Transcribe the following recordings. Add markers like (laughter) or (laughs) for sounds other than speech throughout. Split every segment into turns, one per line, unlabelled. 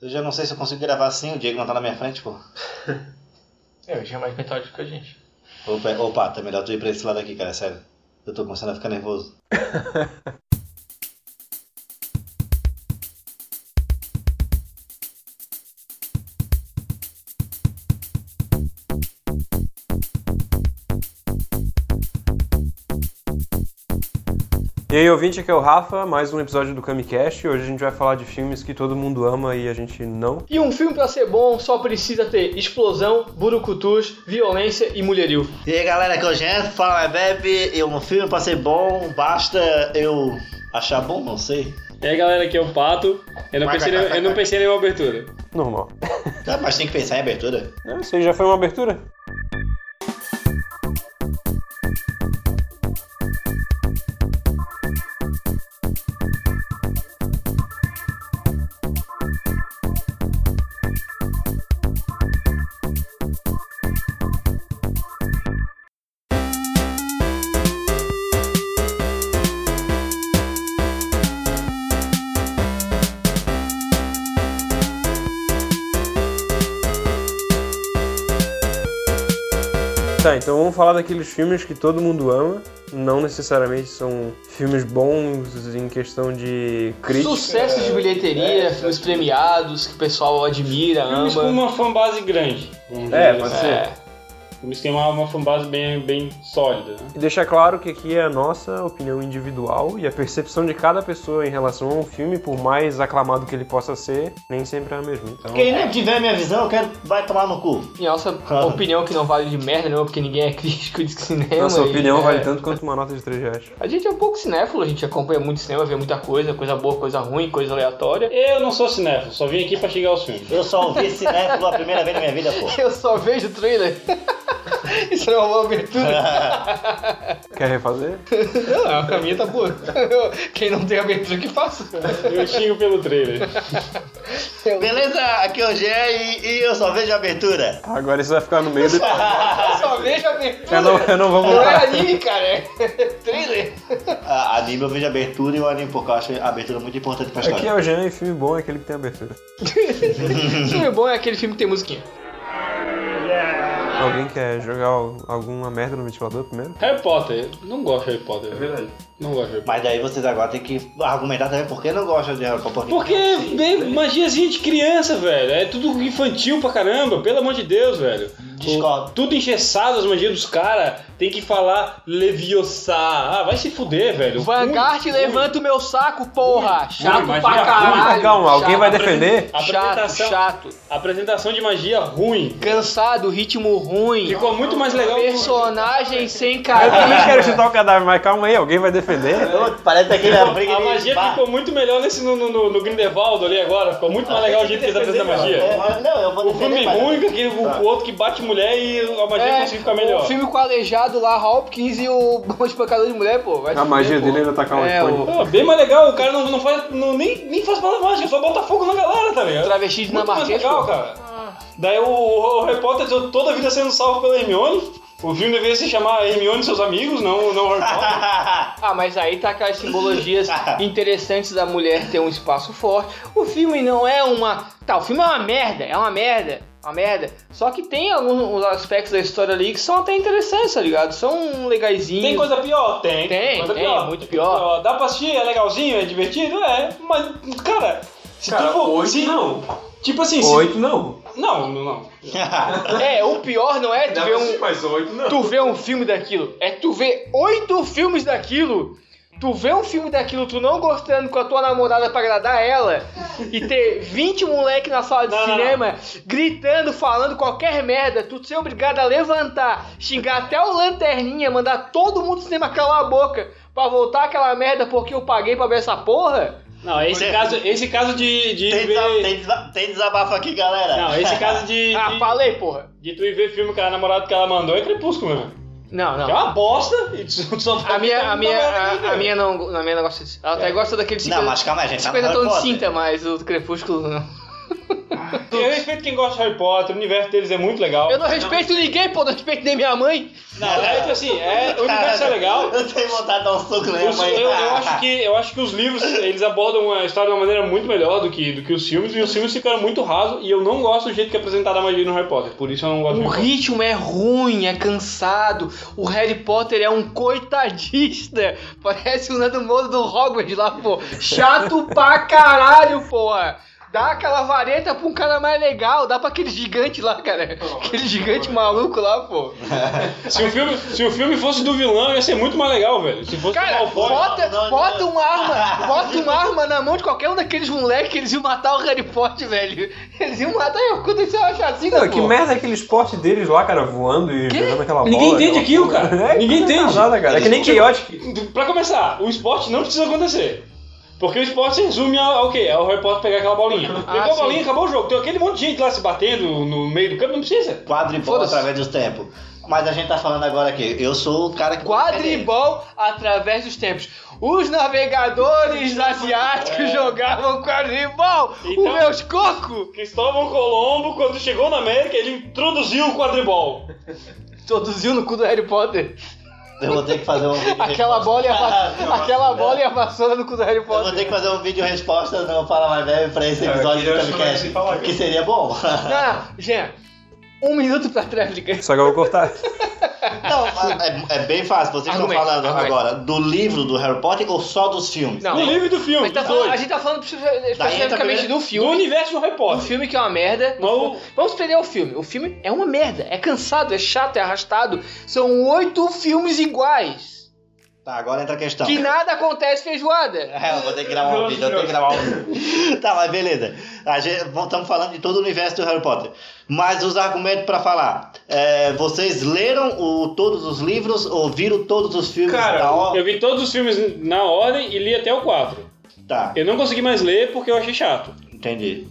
Eu já não sei se eu consigo gravar assim, o Diego não tá na minha frente, pô.
Eu já é mais metódico que a gente.
Opa, opa, tá melhor tu ir pra esse lado aqui, cara, sério. Eu tô começando a ficar nervoso.
E aí, ouvinte, aqui é o Rafa, mais um episódio do Camicast. Hoje a gente vai falar de filmes que todo mundo ama e a gente não.
E um filme pra ser bom só precisa ter explosão, burucutus, violência e mulherio.
E aí, galera, aqui é o Jeff, fala mais bebe. Eu no filme pra ser bom, basta eu achar bom, não sei.
E aí galera, aqui é o Pato. Eu não,
Vai,
pensei,
vai, vai,
eu não
vai.
pensei em nenhuma abertura.
Normal.
Tá, mas tem que pensar em abertura.
(laughs) Não, Isso aí já foi uma abertura? Tá, então vamos falar daqueles filmes que todo mundo ama. Não necessariamente são filmes bons em questão de crítica.
Sucesso de bilheteria,
é,
filmes premiados que o pessoal admira,
Filmes com
ama.
É uma fanbase grande. vamos dizer
É, pode
assim.
ser.
Filmes que tem uma, uma fanbase bem, bem sólida. né?
E deixar claro que aqui é a nossa opinião individual e a percepção de cada pessoa em relação a um filme, por mais aclamado que ele possa ser, nem sempre é a mesma. Então,
Quem nem tiver minha visão, eu quero. Vai tomar no cu.
E a nossa opinião que não vale de merda nenhuma, porque ninguém é (laughs) crítico de cinema.
nossa
e-
opinião
é.
vale tanto quanto uma nota de 3 reais.
A gente é um pouco cinéfilo, a gente acompanha muito cinema, vê muita coisa, coisa boa, coisa ruim, coisa aleatória. (laughs)
Eu não sou cinéfilo, só vim aqui pra xingar os filmes.
Eu só ouvi esse pela primeira vez na minha vida, pô.
Eu só vejo o trailer. (laughs) Isso não é uma boa abertura.
Quer refazer?
Não, a caminha tá boa. (laughs) Quem não tem abertura, que faça.
Eu xingo pelo trailer.
Beleza, aqui é o Gé e, e eu só vejo a abertura.
Agora isso vai ficar no meio do.
Eu só vejo a abertura.
Eu não, eu não vou
Não é
voltar.
anime, cara. É trailer.
(laughs)
A Ah, anime eu vejo a abertura e o anime, porque eu acho a abertura muito importante pra
Aqui
história.
é o Jean e filme bom é aquele que tem abertura.
filme bom é aquele filme que tem musiquinha.
Alguém quer jogar al- alguma merda no ventilador primeiro?
Harry Potter, não gosto de Harry Potter. É verdade. Não gosto de Harry Potter.
Mas daí vocês agora têm que argumentar também por que não gostam de Harry Potter.
Porque é bem magiazinha de criança, velho. É tudo infantil pra caramba, pelo amor de Deus, velho.
Discordo.
O- Tudo engessado, as magias dos caras. Tem que falar Leviosa. Ah, vai se fuder, velho.
Vanguard,
Muito,
levanta o meu saco, porra. Chato
mas
pra
já-
caralho.
Ah,
tá
Calma, alguém
Chato.
vai defender?
A
Chato,
apresentação-
chato.
Apresentação de magia ruim.
Cansado, ritmo ruim.
Ficou muito mais legal.
Personagem sem
(laughs) Eu também quero
carisma.
chutar o cadáver, mas calma aí, alguém vai defender?
Ô, Parece aquele
A magia ficou muito melhor nesse no, no, no- no Grindelwald ali agora. Ficou muito mais
Ah,
legal o jeito que eles apresentam a magia.
É, Não, eu vou
O filme
mas- (laughs)
ruim, que, o, o outro que bate mulher e a magia
É,
consegue ficar melhor.
O filme com o aleijado lá, Hopkins e o (laughs) bom espancador de mulher, pô. Vai se
A
fuder,
magia
pô.
dele era atacar um
É,
iPhone.
Pô, bem mais legal, o cara não, não faz. Não, nem, nem faz palavra mágica, só bota fogo na galera, tá ligado?
Travesti
Muito mais
dinamarquês,
legal,
pô.
cara. Daí o, o, o repórter to- toda a vida sendo salvo pela Hermione. O filme deveria se chamar Hermione e seus amigos, não, não Harry Potter.
Ah, mas aí tá aquelas (laughs) simbologias interessantes da mulher ter um espaço forte. O filme não é uma. Tá, o filme é uma merda, é uma merda, uma merda. Só que tem alguns aspectos da história ali que são até interessantes, tá ligado? São legaisinhos.
Tem coisa pior? Tem.
Tem,
coisa
tem, muito pior.
Dá pra assistir, é legalzinho, é divertido? É, mas, cara, se tu for. se- Tipo assim, se-
Oito não.
Não, não, não.
É, o pior não é tu ver um,
mas oito não.
tu ver um filme daquilo. É tu ver oito filmes daquilo. Tu ver um filme daquilo, tu não gostando com a tua namorada pra agradar ela e ter 20 moleque na sala de
Não, não,
cinema gritando, falando qualquer merda, tu ser obrigado a levantar, xingar até o lanterninha, mandar todo mundo do cinema calar a boca pra voltar aquela merda porque eu paguei pra ver essa porra.
Não, esse
Tem-
caso, esse caso de, de
Tem,
ver.
desa- tem desa- tem desabafo aqui, galera.
Não, esse caso (laughs) de.
Ah,
de-
falei, porra.
De tu ir ver filme com a namorada que ela mandou é Crepúsculo, meu.
Não,
Que é
não.
uma bosta e tu só tá
A minha, a minha, a, a
minha.
minha não, a minha
(laughs)
É.
negócio, ela até gosta daquele
Não, mas calma aí, gente. tá no
50
Harry
tons de
Potter.
cinta, mas o Crepúsculo não.
Eu respeito quem gosta de Harry Potter, o universo deles é muito legal.
Eu não respeito ninguém, pô, não respeito nem minha mãe.
Na verdade, assim, é, o universo é legal.
Eu tenho vontade de dar um soco na minha
Os-
mãe.
eu,
ah.
eu acho que, eu acho que os livros eles abordam a história de uma maneira muito melhor do que, do que os filmes, e os filmes ficaram muito rasos, e eu não gosto do jeito que é apresentada a magia no Harry Potter, por isso eu não gosto de
O
Harry Potter.
ritmo é ruim, é cansado. O Harry Potter é um coitadista. (laughs) Parece o Nando Moura do Hogwarts lá, pô. Chato pra caralho, porra. Dá aquela vareta pra um cara mais legal. Dá pra aquele gigante lá, cara. Aquele gigante maluco lá, pô.
Se o, filme, se o filme fosse do vilão, ia ser muito mais legal, velho. Se fosse
Cara,
do Malfoy,
bota,
não, não,
bota
não. (laughs)
uma arma, bota uma arma na mão de qualquer um daqueles moleques que eles iam matar o Harry Potter, velho. Eles iam matar e aconteceu uma chacina,
Não, que
pô.
merda é aquele esporte deles lá, cara, voando e jogando aquela bola.
Ninguém entende
aquela
aquilo,
porra.
cara.
É,
Ninguém
que
entende.
Nada, cara. É que nem Chaotic.
Pra começar, o esporte não precisa acontecer. Porque o esporte se resume ao, ao quê? Ao Harry Potter pegar aquela bolinha. Pegou a
Ah, sim.
bolinha, acabou o jogo. Tem aquele monte de gente lá se batendo no meio do campo, não precisa.
(laughs) Quadribol
Foda-se.
através dos tempos. Mas a gente tá falando agora aqui. Eu sou o cara que.
Quadribol através dos tempos. Os navegadores asiáticos
É.
jogavam quadribol.
Então-
O meus coco.
Cristóvão Colombo, quando chegou na América, ele introduziu o quadribol.
Introduziu no cu do Harry Potter.
Eu vou ter que fazer um vídeo.
(laughs)
Aquela
resposta.
bola e a,
Ah, não,
va... Aquela
não.
bola e a vassoura no cu do Harry
Eu vou
Potter.
ter que fazer um vídeo resposta não Fala Mais Leve pra esse
Ah, eu
episódio
queria
do
chamar
Camicast.
ele pra falar,
Que seria bom.
Não, Jean. Um minuto pra tréplica.
Só que eu vou cortar.
(laughs) Não, é, é bem fácil. Vocês estão
Argumento,
falando
argumento.
agora do livro do Harry Potter ou só dos filmes?
Não.
No livro do
Um,
filme,
Mas tá
dos
falando- a
dois.
gente tá falando especificamente
primeiro-
do
do
filme.
universo do Harry
O
Potter.
filme que é uma merda.
Não.
Vamos perder o filme. O filme é uma merda. É cansado, é chato, é arrastado. São oito filmes iguais.
Tá, agora entra a questão.
Que nada acontece feijoada.
É, (laughs) eu vou ter que gravar um vídeo, eu tenho que gravar um vídeo. (laughs) Tá, mas beleza. A gente- bom, Estamos falando de todo o universo do Harry Potter. Mas os argumentos pra falar. É, vocês leram o- todos os livros, ouviram todos os filmes
Cara,
da obra?
Eu vi todos os filmes na ordem e li até o 4.
Tá,
Eu não consegui mais ler porque eu achei chato.
entendi.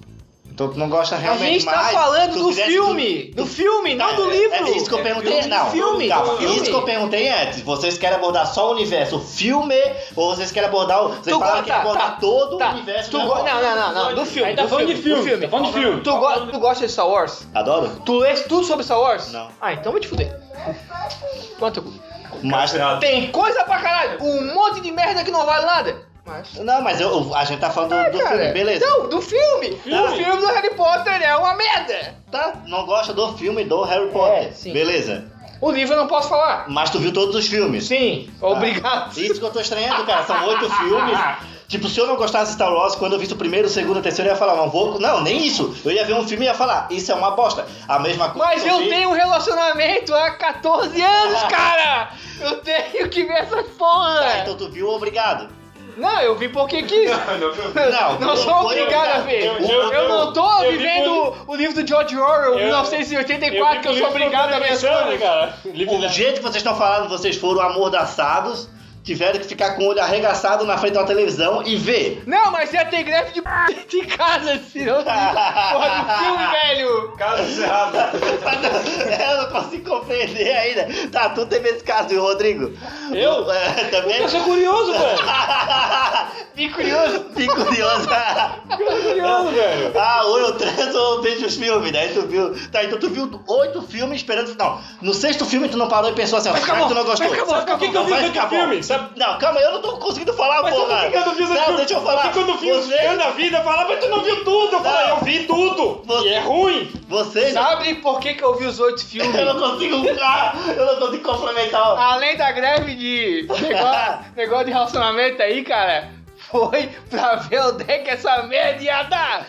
Então tu não gosta
A
realmente
gente tá
mais,
falando
tu
do
quisesse-
filme. Do filme, não do
É,
livro.
É isso que eu perguntei.
do
não,
filme,
calma. é
do filme.
Isso que eu perguntei antes. Vocês querem abordar só o universo filme ou vocês querem abordar o. Vocês
Tu
falaram
go-
que querem
tá,
abordar
tá,
todo
tá.
o universo
Tu
do
go-
Harry
Não,
Potter.
não, não, não. Do filme.
Aí tá
do
falando de
do
filme, tá falando de filme.
Tu, go tu gosta de Star Wars?
Adoro.
Tu lês tudo sobre Star Wars?
Não.
Ah, então vou te fuder. Quanto?
Mas.
Tem coisa pra caralho. Um monte de merda que não vale nada. Mas...
Não, mas eu- eu- a gente tá falando do, do
É, Cara,
filme, beleza.
Não, do filme.
filme.
O filme do Harry Potter é uma merda.
Tá, não gosta do filme do Harry Potter.
É, sim.
Beleza.
O livro eu não posso falar.
Mas tu viu todos os filmes.
Sim, obrigado.
Tá. Isso que eu tô estranhando, cara. São oito
(laughs)
filmes. Tipo, se eu não gostasse de Star Wars, quando eu visse o primeiro, o segundo, o terceiro, eu ia falar, não vou. Não, nem isso. Eu ia ver um filme e ia falar, isso é uma bosta. A mesma coisa.
Mas
que
eu
vi-
tenho um relacionamento há 14 anos, cara! Eu tenho que ver essas
É.
Tá,
porra!
então tu viu, obrigado.
Não, eu vi porque quis.
Não,
Não
eu
sou
fui
obrigado a
obrigado.
ver.
Eu-
Eu,
eu-
não tô
eu vi
vivendo o livro do George Orwell,
Eu-
1984, que eu sou obrigado a ver as
né,
coisas.
cara?
O jeito que vocês estão falando, vocês foram amordaçados, tiveram que ficar com o olho arregaçado na frente da televisão e ver. (laughs)
Não, mas ia ter greve de (laughs) p... em casa, senão... Porra do filme, velho!
Caso
é
encerrado.
eu não consigo compreender ainda. Tá, tu teve esse caso, e o Rodrigo?
Eu?
É, também?
Eu sou curioso, velho.
Fiquei (laughs) curioso. Fiquei curioso. (laughs)
Eu sou curioso, velho.
Ah, ou eu transo ou eu vejo os filmes. Daí tu viu. Tá, então tu viu oito filmes esperando. Não, no sexto filme tu não parou e pensou assim, ó, será que tu não gostou?
Sabe por que, que eu
Não,
vi
vai
tanto
ficar bom.
filme? Sabe?
Não, calma, eu não tô conseguindo falar,
Mas tá
porra.
sabe por que eu não vi tanto
não,
filme?
deixa eu falar.
Porque quando o filme
Você-
chegando na vida, fala, mas tu não viu tudo. Eu falo,
Não.
eu vi tudo.
Você-
E é ruim.
Vocês.
Sabe por que, que eu vi os oito filmes?
Eu não consigo. Ah, eu não consigo (laughs) complementar.
(laughs) Além da greve de (laughs) negócio, negócio de relacionamento aí, cara, foi pra ver onde é que essa merda ia dar.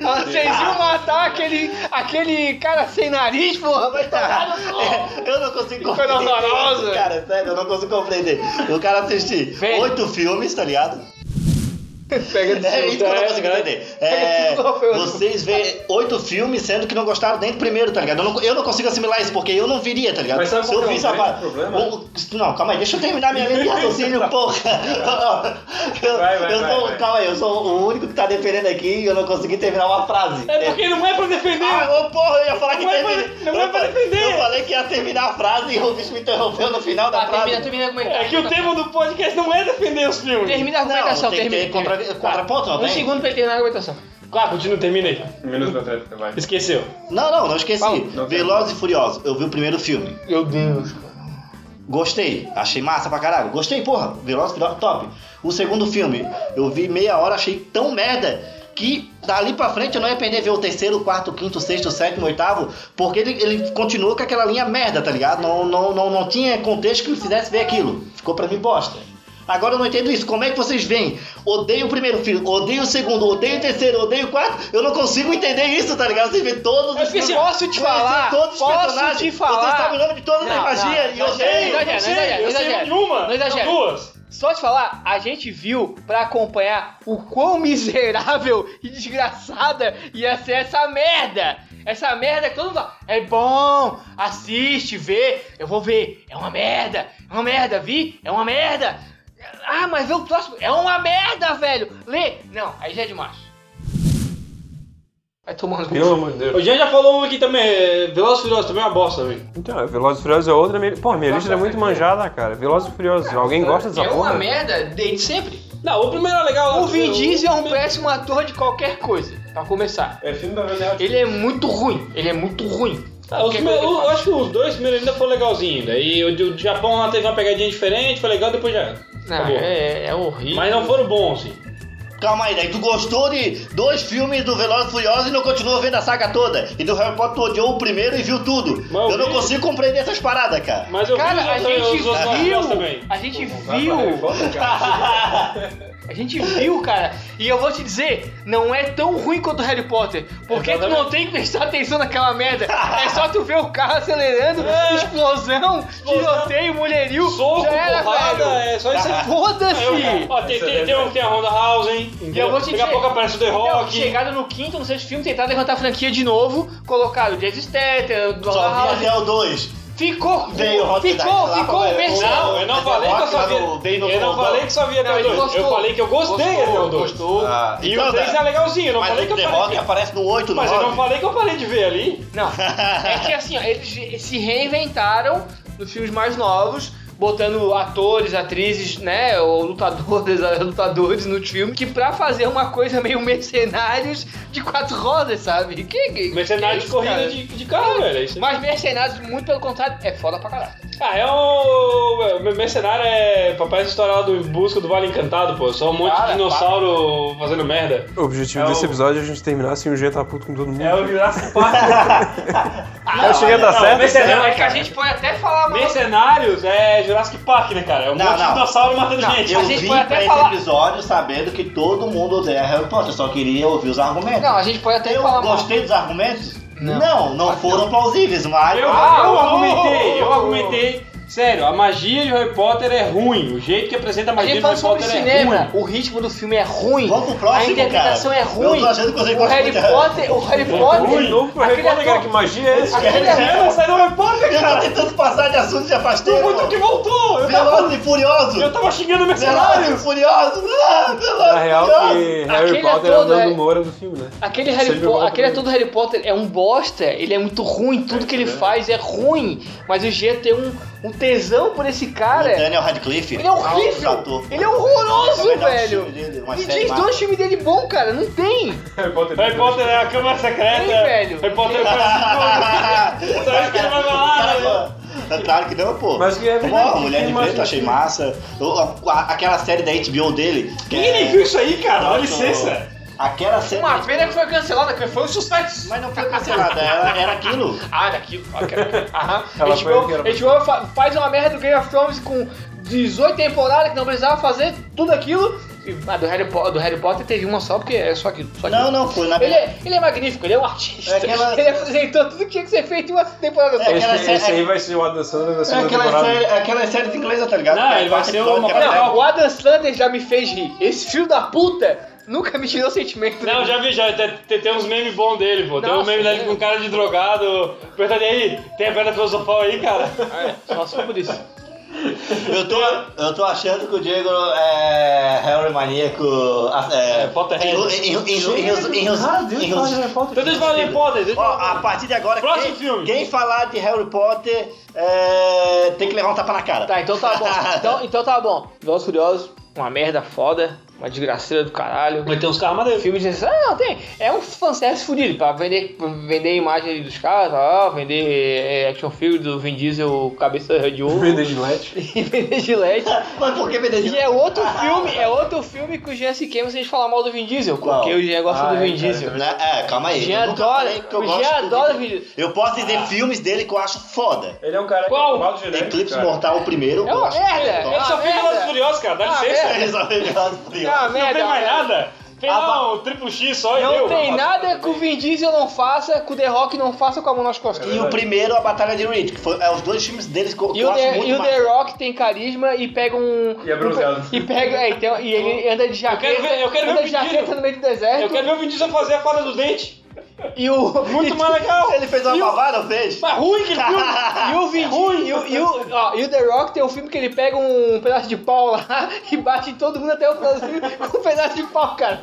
Vocês (laughs) iam matar aquele, aquele cara sem nariz, porra, vai tomar no cu.
É, Eu não consigo
Que coisa
compreender.
horrorosa.
Cara, sério, eu não consigo compreender. O cara assistir
Velho.
oito filmes, tá ligado?
Pega de tá?
É isso que eu não consigo
é,
entender. É,
Qual foi o outro?
vocês vê oito filmes sendo que não gostaram nem do primeiro, tá ligado? Eu não, eu não consigo assimilar isso, porque eu não viria, tá ligado?
Mas sabe
Se
qual
eu
que é o
visse a
grande
pa-
problema?
o- Não, calma aí, deixa eu terminar minha linha
(laughs)
de raciocínio, porra. Eu,
Vai, vai,
eu
vai,
sou,
vai.
Calma aí, eu sou o único que tá defendendo aqui e eu não consegui terminar uma frase.
É porque não é pra defender.
Ah, ô, porra, eu ia falar que
Não é pra-
terminei.
não é pra
eu, falei-
defender.
eu falei que ia terminar a frase e o bicho me interrompeu no final da Ah,
Tá,
frase.
termina, termina a argumentação.
É que o tema do podcast não é defender os filmes.
Termina a
Não,
argumentação,
tem que ter
termina.
contra- contraponto, não
Um
tem?
segundo pra ele terminar a argumentação.
Claro, continua, termina aí.
Minuto da treta, vai.
Esqueceu.
Não, não, não esqueci.
Fala.
Não tem.
Velozes e Furiosos. Eu vi o primeiro filme.
Meu Deus, cara.
Gostei. Achei massa pra caralho. Gostei, porra. Velozes e Furiosos, top. O segundo filme, eu vi meia hora, achei tão merda que dali pra frente eu não ia perder ver o terceiro, quarto, quinto, sexto, sétimo, oitavo, porque ele, ele continua com aquela linha merda, tá ligado? Não, não, não, não tinha contexto que me fizesse ver aquilo. Ficou pra mim bosta. Agora eu não entendo isso. Como é que vocês veem? Odeio o primeiro filme, odeio o segundo, odeio o terceiro, odeio o quarto. Eu não consigo entender isso, tá ligado? Você vê todos
Eu esqueci, posso te falar,
todos os
posso
personagens,
te falar.
Vocês sabem o nome de toda
Não,
a magia
não,
e
não,
eu odeio.
não, não, não,
Eu sei,
exagera,
eu
não
sei
exagera.
de uma,
Não exagera.
são duas.
Só te falar, a gente viu pra acompanhar o quão miserável (laughs) e desgraçada ia ser essa merda. Essa merda que todo mundo fala, é bom, assiste, vê, eu vou ver, é uma merda, é uma merda, vi, é uma merda. Ah, mas vê o próximo, é uma merda, velho, lê. Não, aí já é demais. Vai tomando
Pelo amor de Deus.
O Jean já falou uma aqui também, é, Velozes e Furiosos, também é uma bosta, velho.
Então, Velozes e Furiosos é outra... Minha... Pô, minha lista é muito manjada, cara. Velozes e Furiosos. Alguém gosta dessa
É uma
porra?
merda desde sempre.
Não, o primeiro é legal. lá,
O Vin
primeiro-
Diesel é um péssimo ator de qualquer coisa, pra começar.
É filme da verdade.
Ele é muito ruim, ele é muito ruim.
Ah, os
Qualquer
primeiros-
coisa que ele
eu
faz.
acho que os dois primeiros ainda foram legalzinho. Daí o do Japão lá teve uma pegadinha diferente, foi legal, depois já.
Tá
Não,
acabou.
é, é horrível.
Mas não foram bons, assim.
Calma aí, daí tu gostou de dois filmes do Velozes e Furiosos e não continua vendo a saga toda. E do Harry Potter tu odiou o primeiro e viu tudo.
Mas
eu não
vi.
consigo compreender essas paradas, cara.
Mas eu vi os
Cara, a
outros-
gente
os outros lá atrás
viu.
também.
A gente viu.
Vai pra Harry Potter, cara.
(laughs) A gente viu, cara. E eu vou te dizer, não é tão ruim quanto Harry Potter. Porque tu não
Exatamente.
tem que prestar atenção naquela merda. É só tu ver o carro acelerando,
É.
explosão, tiroteio, mulherio.
Soco,
já era,
porrada,
velho.
é só isso aí.
Foda-se!
Eu- Ó, tem, tem, tem, um que tem a Honda House, hein?
E eu vou te
Daqui a
dizer-
pouco aparece o The
Não,
Rock.
chegaram no quinto, no sexto filme, tentaram levantar a franquia de novo, colocaram o Jazz Statham, o
Só vi
House,
até o dois.
Ficou,
Veio o Hot
ficou, um
Dog lá,
ficou
mas-
comercial.
Não, eu não
Mas
falei
The
que eu
Rock
só
lá
via.
no- bem no
Eu não
Volcão.
falei que só via
Não, ele
até o 2. Eu
gostou.
falei que eu gostei até
Gostou,
o 2.
gostou.
Ah,
E
então
o 3
dá.
é legalzinho, eu não
Mas
falei
o
que eu
The
parei.
Rock
de-
aparece no 8, no
Mas eu não
9.
falei que eu parei de ver ali.
Não, é que assim, ó, eles se reinventaram nos filmes mais novos, botando atores, atrizes, né, ou lutadores, (laughs) lutadores no filme, que pra fazer uma coisa meio mercenários de quatro rodas, sabe? Que, que, que
Mercenário de
isso,
corrida
cara?
de, de carro, velho. é Isso aí.
Mas mercenários, muito pelo contrário, é foda pra caralho.
Ah, é o. o Mercenário é. Papai história lá do em busca do Vale Encantado, pô. Só um monte
Para,
de dinossauro fazendo merda.
O objetivo
É
desse
o- É
episódio é a gente terminar sem o G tá puto com todo mundo.
o Jurassic
(laughs)
Park.
eu cheguei a dar
não,
certo?
Mercenário,
Não, é que a
cara.
gente pode até falar mal.
Mercenários é Jurassic Park, né, cara? É um
Não,
monte de
não.
dinossauro matando
Não,
gente.
Eu
a gente
vi
pode
pra
até
esse
falar-
episódio sabendo que todo mundo odeia Harry Potter. Eu só queria ouvir os argumentos.
Não, a gente pode até
eu
falar mal.
gostei dos argumentos?
Não.
Não, não, foram plausíveis, mas...
Eu,
Ah,
eu
oh,
argumentei,
oh,
eu
oh.
argumentei. Sério, a magia de Harry Potter é ruim. O jeito que apresenta a
A
magia
gente
de
fala
Harry
sobre
Potter é
cinema,
ruim.
o ritmo do filme é ruim,
Vamos pro próximo,
a interpretação
cara.
é ruim.
Eu tô achando que você
o
gosta
Harry
muito de Harry
Potter, o Harry Potter,
é Ruim, novo pro Harry
aquele
Potter, cara, que
ator, né?
magia é essa?
aquele ator-
Caramba, sai é do Harry Potter,
Eu tô
cara!
tentando passar de assunto já faz tempo.
Muito que voltou! Eu tava,
Veloz e Furioso.
eu tava xingando
Velozes
mercenários!
e Furiosos. Ah, Velozes
Na
e
real
Furiosos.
que Harry
Aquele
Potter é
ator,
o Nando
né?
Moura do filme, né?
Aquele, Harry
Seja
Po-
volta
aquele
pra
ator do Harry Potter é um bosta, ele é muito ruim, tudo que ele faz é ruim, mas o G tem um, um tesão por esse
O
cara.
Daniel Radcliffe.
Ele é horrível! Ele é horroroso, velho! Me
(laughs)
diz dois filmes dele bom, cara, não tem!
Harry Potter. né?
Harry Potter é a câmara secreta.
Ei, velho.
Harry Potter é o (laughs) Só isso que ele vai falar, né?
Claro que- é claro que não, pô.
Mas que é verdade,
Pô,
que
Mulher de
tem
Preto,
mais-
achei massa. Eu- a- Aquela série da HBO dele. que
Ninguém nem
é-
viu isso aí, cara. Dá
Nossa,
licença.
Aquela série.
Uma pena que foi cancelada, que foi um sucesso!
Mas não foi cancelada, era, era aquilo.
Ah, daquilo.
(laughs)
Aham.
Ela foi
HBO,
o que era pra-
HBO fa- faz uma merda do Game of Thrones com 18 temporadas que não precisava fazer tudo aquilo. E, ah, do Harry, Po- do Harry Potter teve uma só, porque é só aquilo. Só aquilo.
Não, não foi. Na
Ele
verdade,
é, ele é magnífico, ele é um artista.
É aquela-
(laughs) Ele apresentou tudo que tinha que ser feito em uma temporada só.
É aquela
Esse,
série-
esse aí vai ser o Adam Sandler da
é
segunda
aquelas
temporada.
séries aquela série inglesa, tá ligado?
Não,
Aquela
ele vai
parte
ser
episódio
uma-
que era
Não,
dez.
Não, o Adam Sandler já me fez rir. Esse filho da puta nunca me tirou sentimento.
Não, já vi, já. Tem, tem- tem uns memes bons dele, pô. Tem um
Nossa,
meme dele
é.
com cara de drogado. Pergunta aí, tem a pedra filosofal aí, cara?
Só se for por isso.
Eu tô, eu tô achando que o Diego é Harry Maníaco. É,
É, Potterhead.
Enru- enru- enru- enru-
Ah,
enru- enru-
Então deixa eu falar de Harry Potter. deixa eu
Ó,
falar.
a partir de agora, quem,
Próximo filme.
quem falar de Harry Potter é,
Tá.
tem que levar um tapa na cara.
Tá, então tá bom. Então, então tá bom. Velozes e Furiosos, uma merda foda. Uma desgraceira do caralho.
Mas tem uns carros maneiros.
Filme de ah, não, tem. É um fanservice fudido pra vender, pra vender imagem ali dos caras, tá? vender é, action figure do Vin Diesel, cabeça de ouro.
Vender gilete.
e vender gilete.
Mas por que
E
Benedito?
é outro filme, é outro filme que o Jean se queima se a gente falar mal do Vin Diesel,
Qual?
porque o Jean gosta
Ah,
do Vin
é, cara,
Diesel.
também.
Né? É, calma
o
aí.
Jean
Eu nunca
adora,
falei que eu
o
gosto
Jean
do
adora
Vin
o Vin Diesel.
Eu posso dizer
Ah.
filmes dele que eu acho foda.
Ele é um cara
Qual?
que é um genérico,
Eclipse
cara.
Mortal, o primeiro.
É uma merda,
(laughs)
Ele só
Ah,
fez
merda.
Velozes e Furiosos, cara. Dá
Ah,
licença.
merda.
Eles são melhores, filho.
Ah,
Não
merda,
fez mais
merda.
nada. Fez lá um triplo X só e
Não
deu.
tem nada que o Vin Diesel não faça, que o The Rock não faça com a mão nas costas.
E o primeiro, A Batalha de Riddick. Foi, é os dois filmes deles que eu, que
E
eu
o,
acho
The,
muito
e o
massa.
The Rock tem carisma e pega um.
E é bronzeado.
(laughs) E pega. É, então, e ele anda de jaqueta.
quero ver- eu quero ver
anda
o
de
Vin Diesel.
jaqueta no meio do deserto.
Eu quero ver o Vin Diesel fazer a fada do dente.
E o.
Muito mais legal.
Ele fez uma
E o-
babada, não fez?
Mas ruim que filme.
(laughs) E o Vin Diesel. E, o- e
né?
o- ó, e o The Rock tem um filme que ele pega um pedaço de pau lá (laughs) e bate em todo mundo até o final do filme (laughs) com um pedaço de pau,
(laughs)
cara.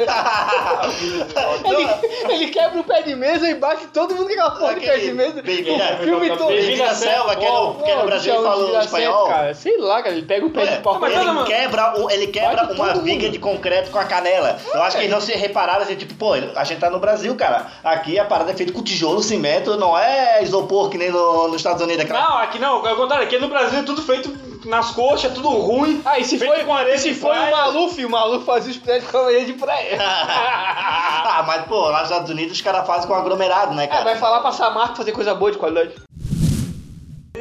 Ele, ele quebra o pé de mesa e bate em todo mundo com aquela porra de pé de mesa.
Bem-vindo à-
O filme
Bem-vindo à
todo.
né? Bem-vindo à
selva, que era o- que era o
Pô,
brasileiro
bicho, é um
falando
desgraceiro,
espanhol. É,
Cara. Sei lá, cara, ele pega o pé de pau.
É, mas
ele,
todo mundo-
quebra, um- ele quebra
Bate todo
uma
mundo.
viga de concreto com a canela. Eu
É.
acho que eles não se repararam assim, tipo, pô, a gente tá no Brasil, cara. Aqui a parada é feita com tijolo, cimento, não é isopor que nem no- nos Estados Unidos. Aquela...
Não, aqui não. Ao contrário, aqui no Brasil é tudo feito nas coxas, é tudo ruim.
Ah, e se
feito
foi,
com areia
e se
de
foi o
praia.
Maluf, o Maluf fazia os prédios com a areia de praia.
(laughs) ah, mas, pô, lá nos Estados Unidos os caras fazem com aglomerado, né,
Ah,
cara?
vai falar pra Samarco fazer coisa boa de qualidade.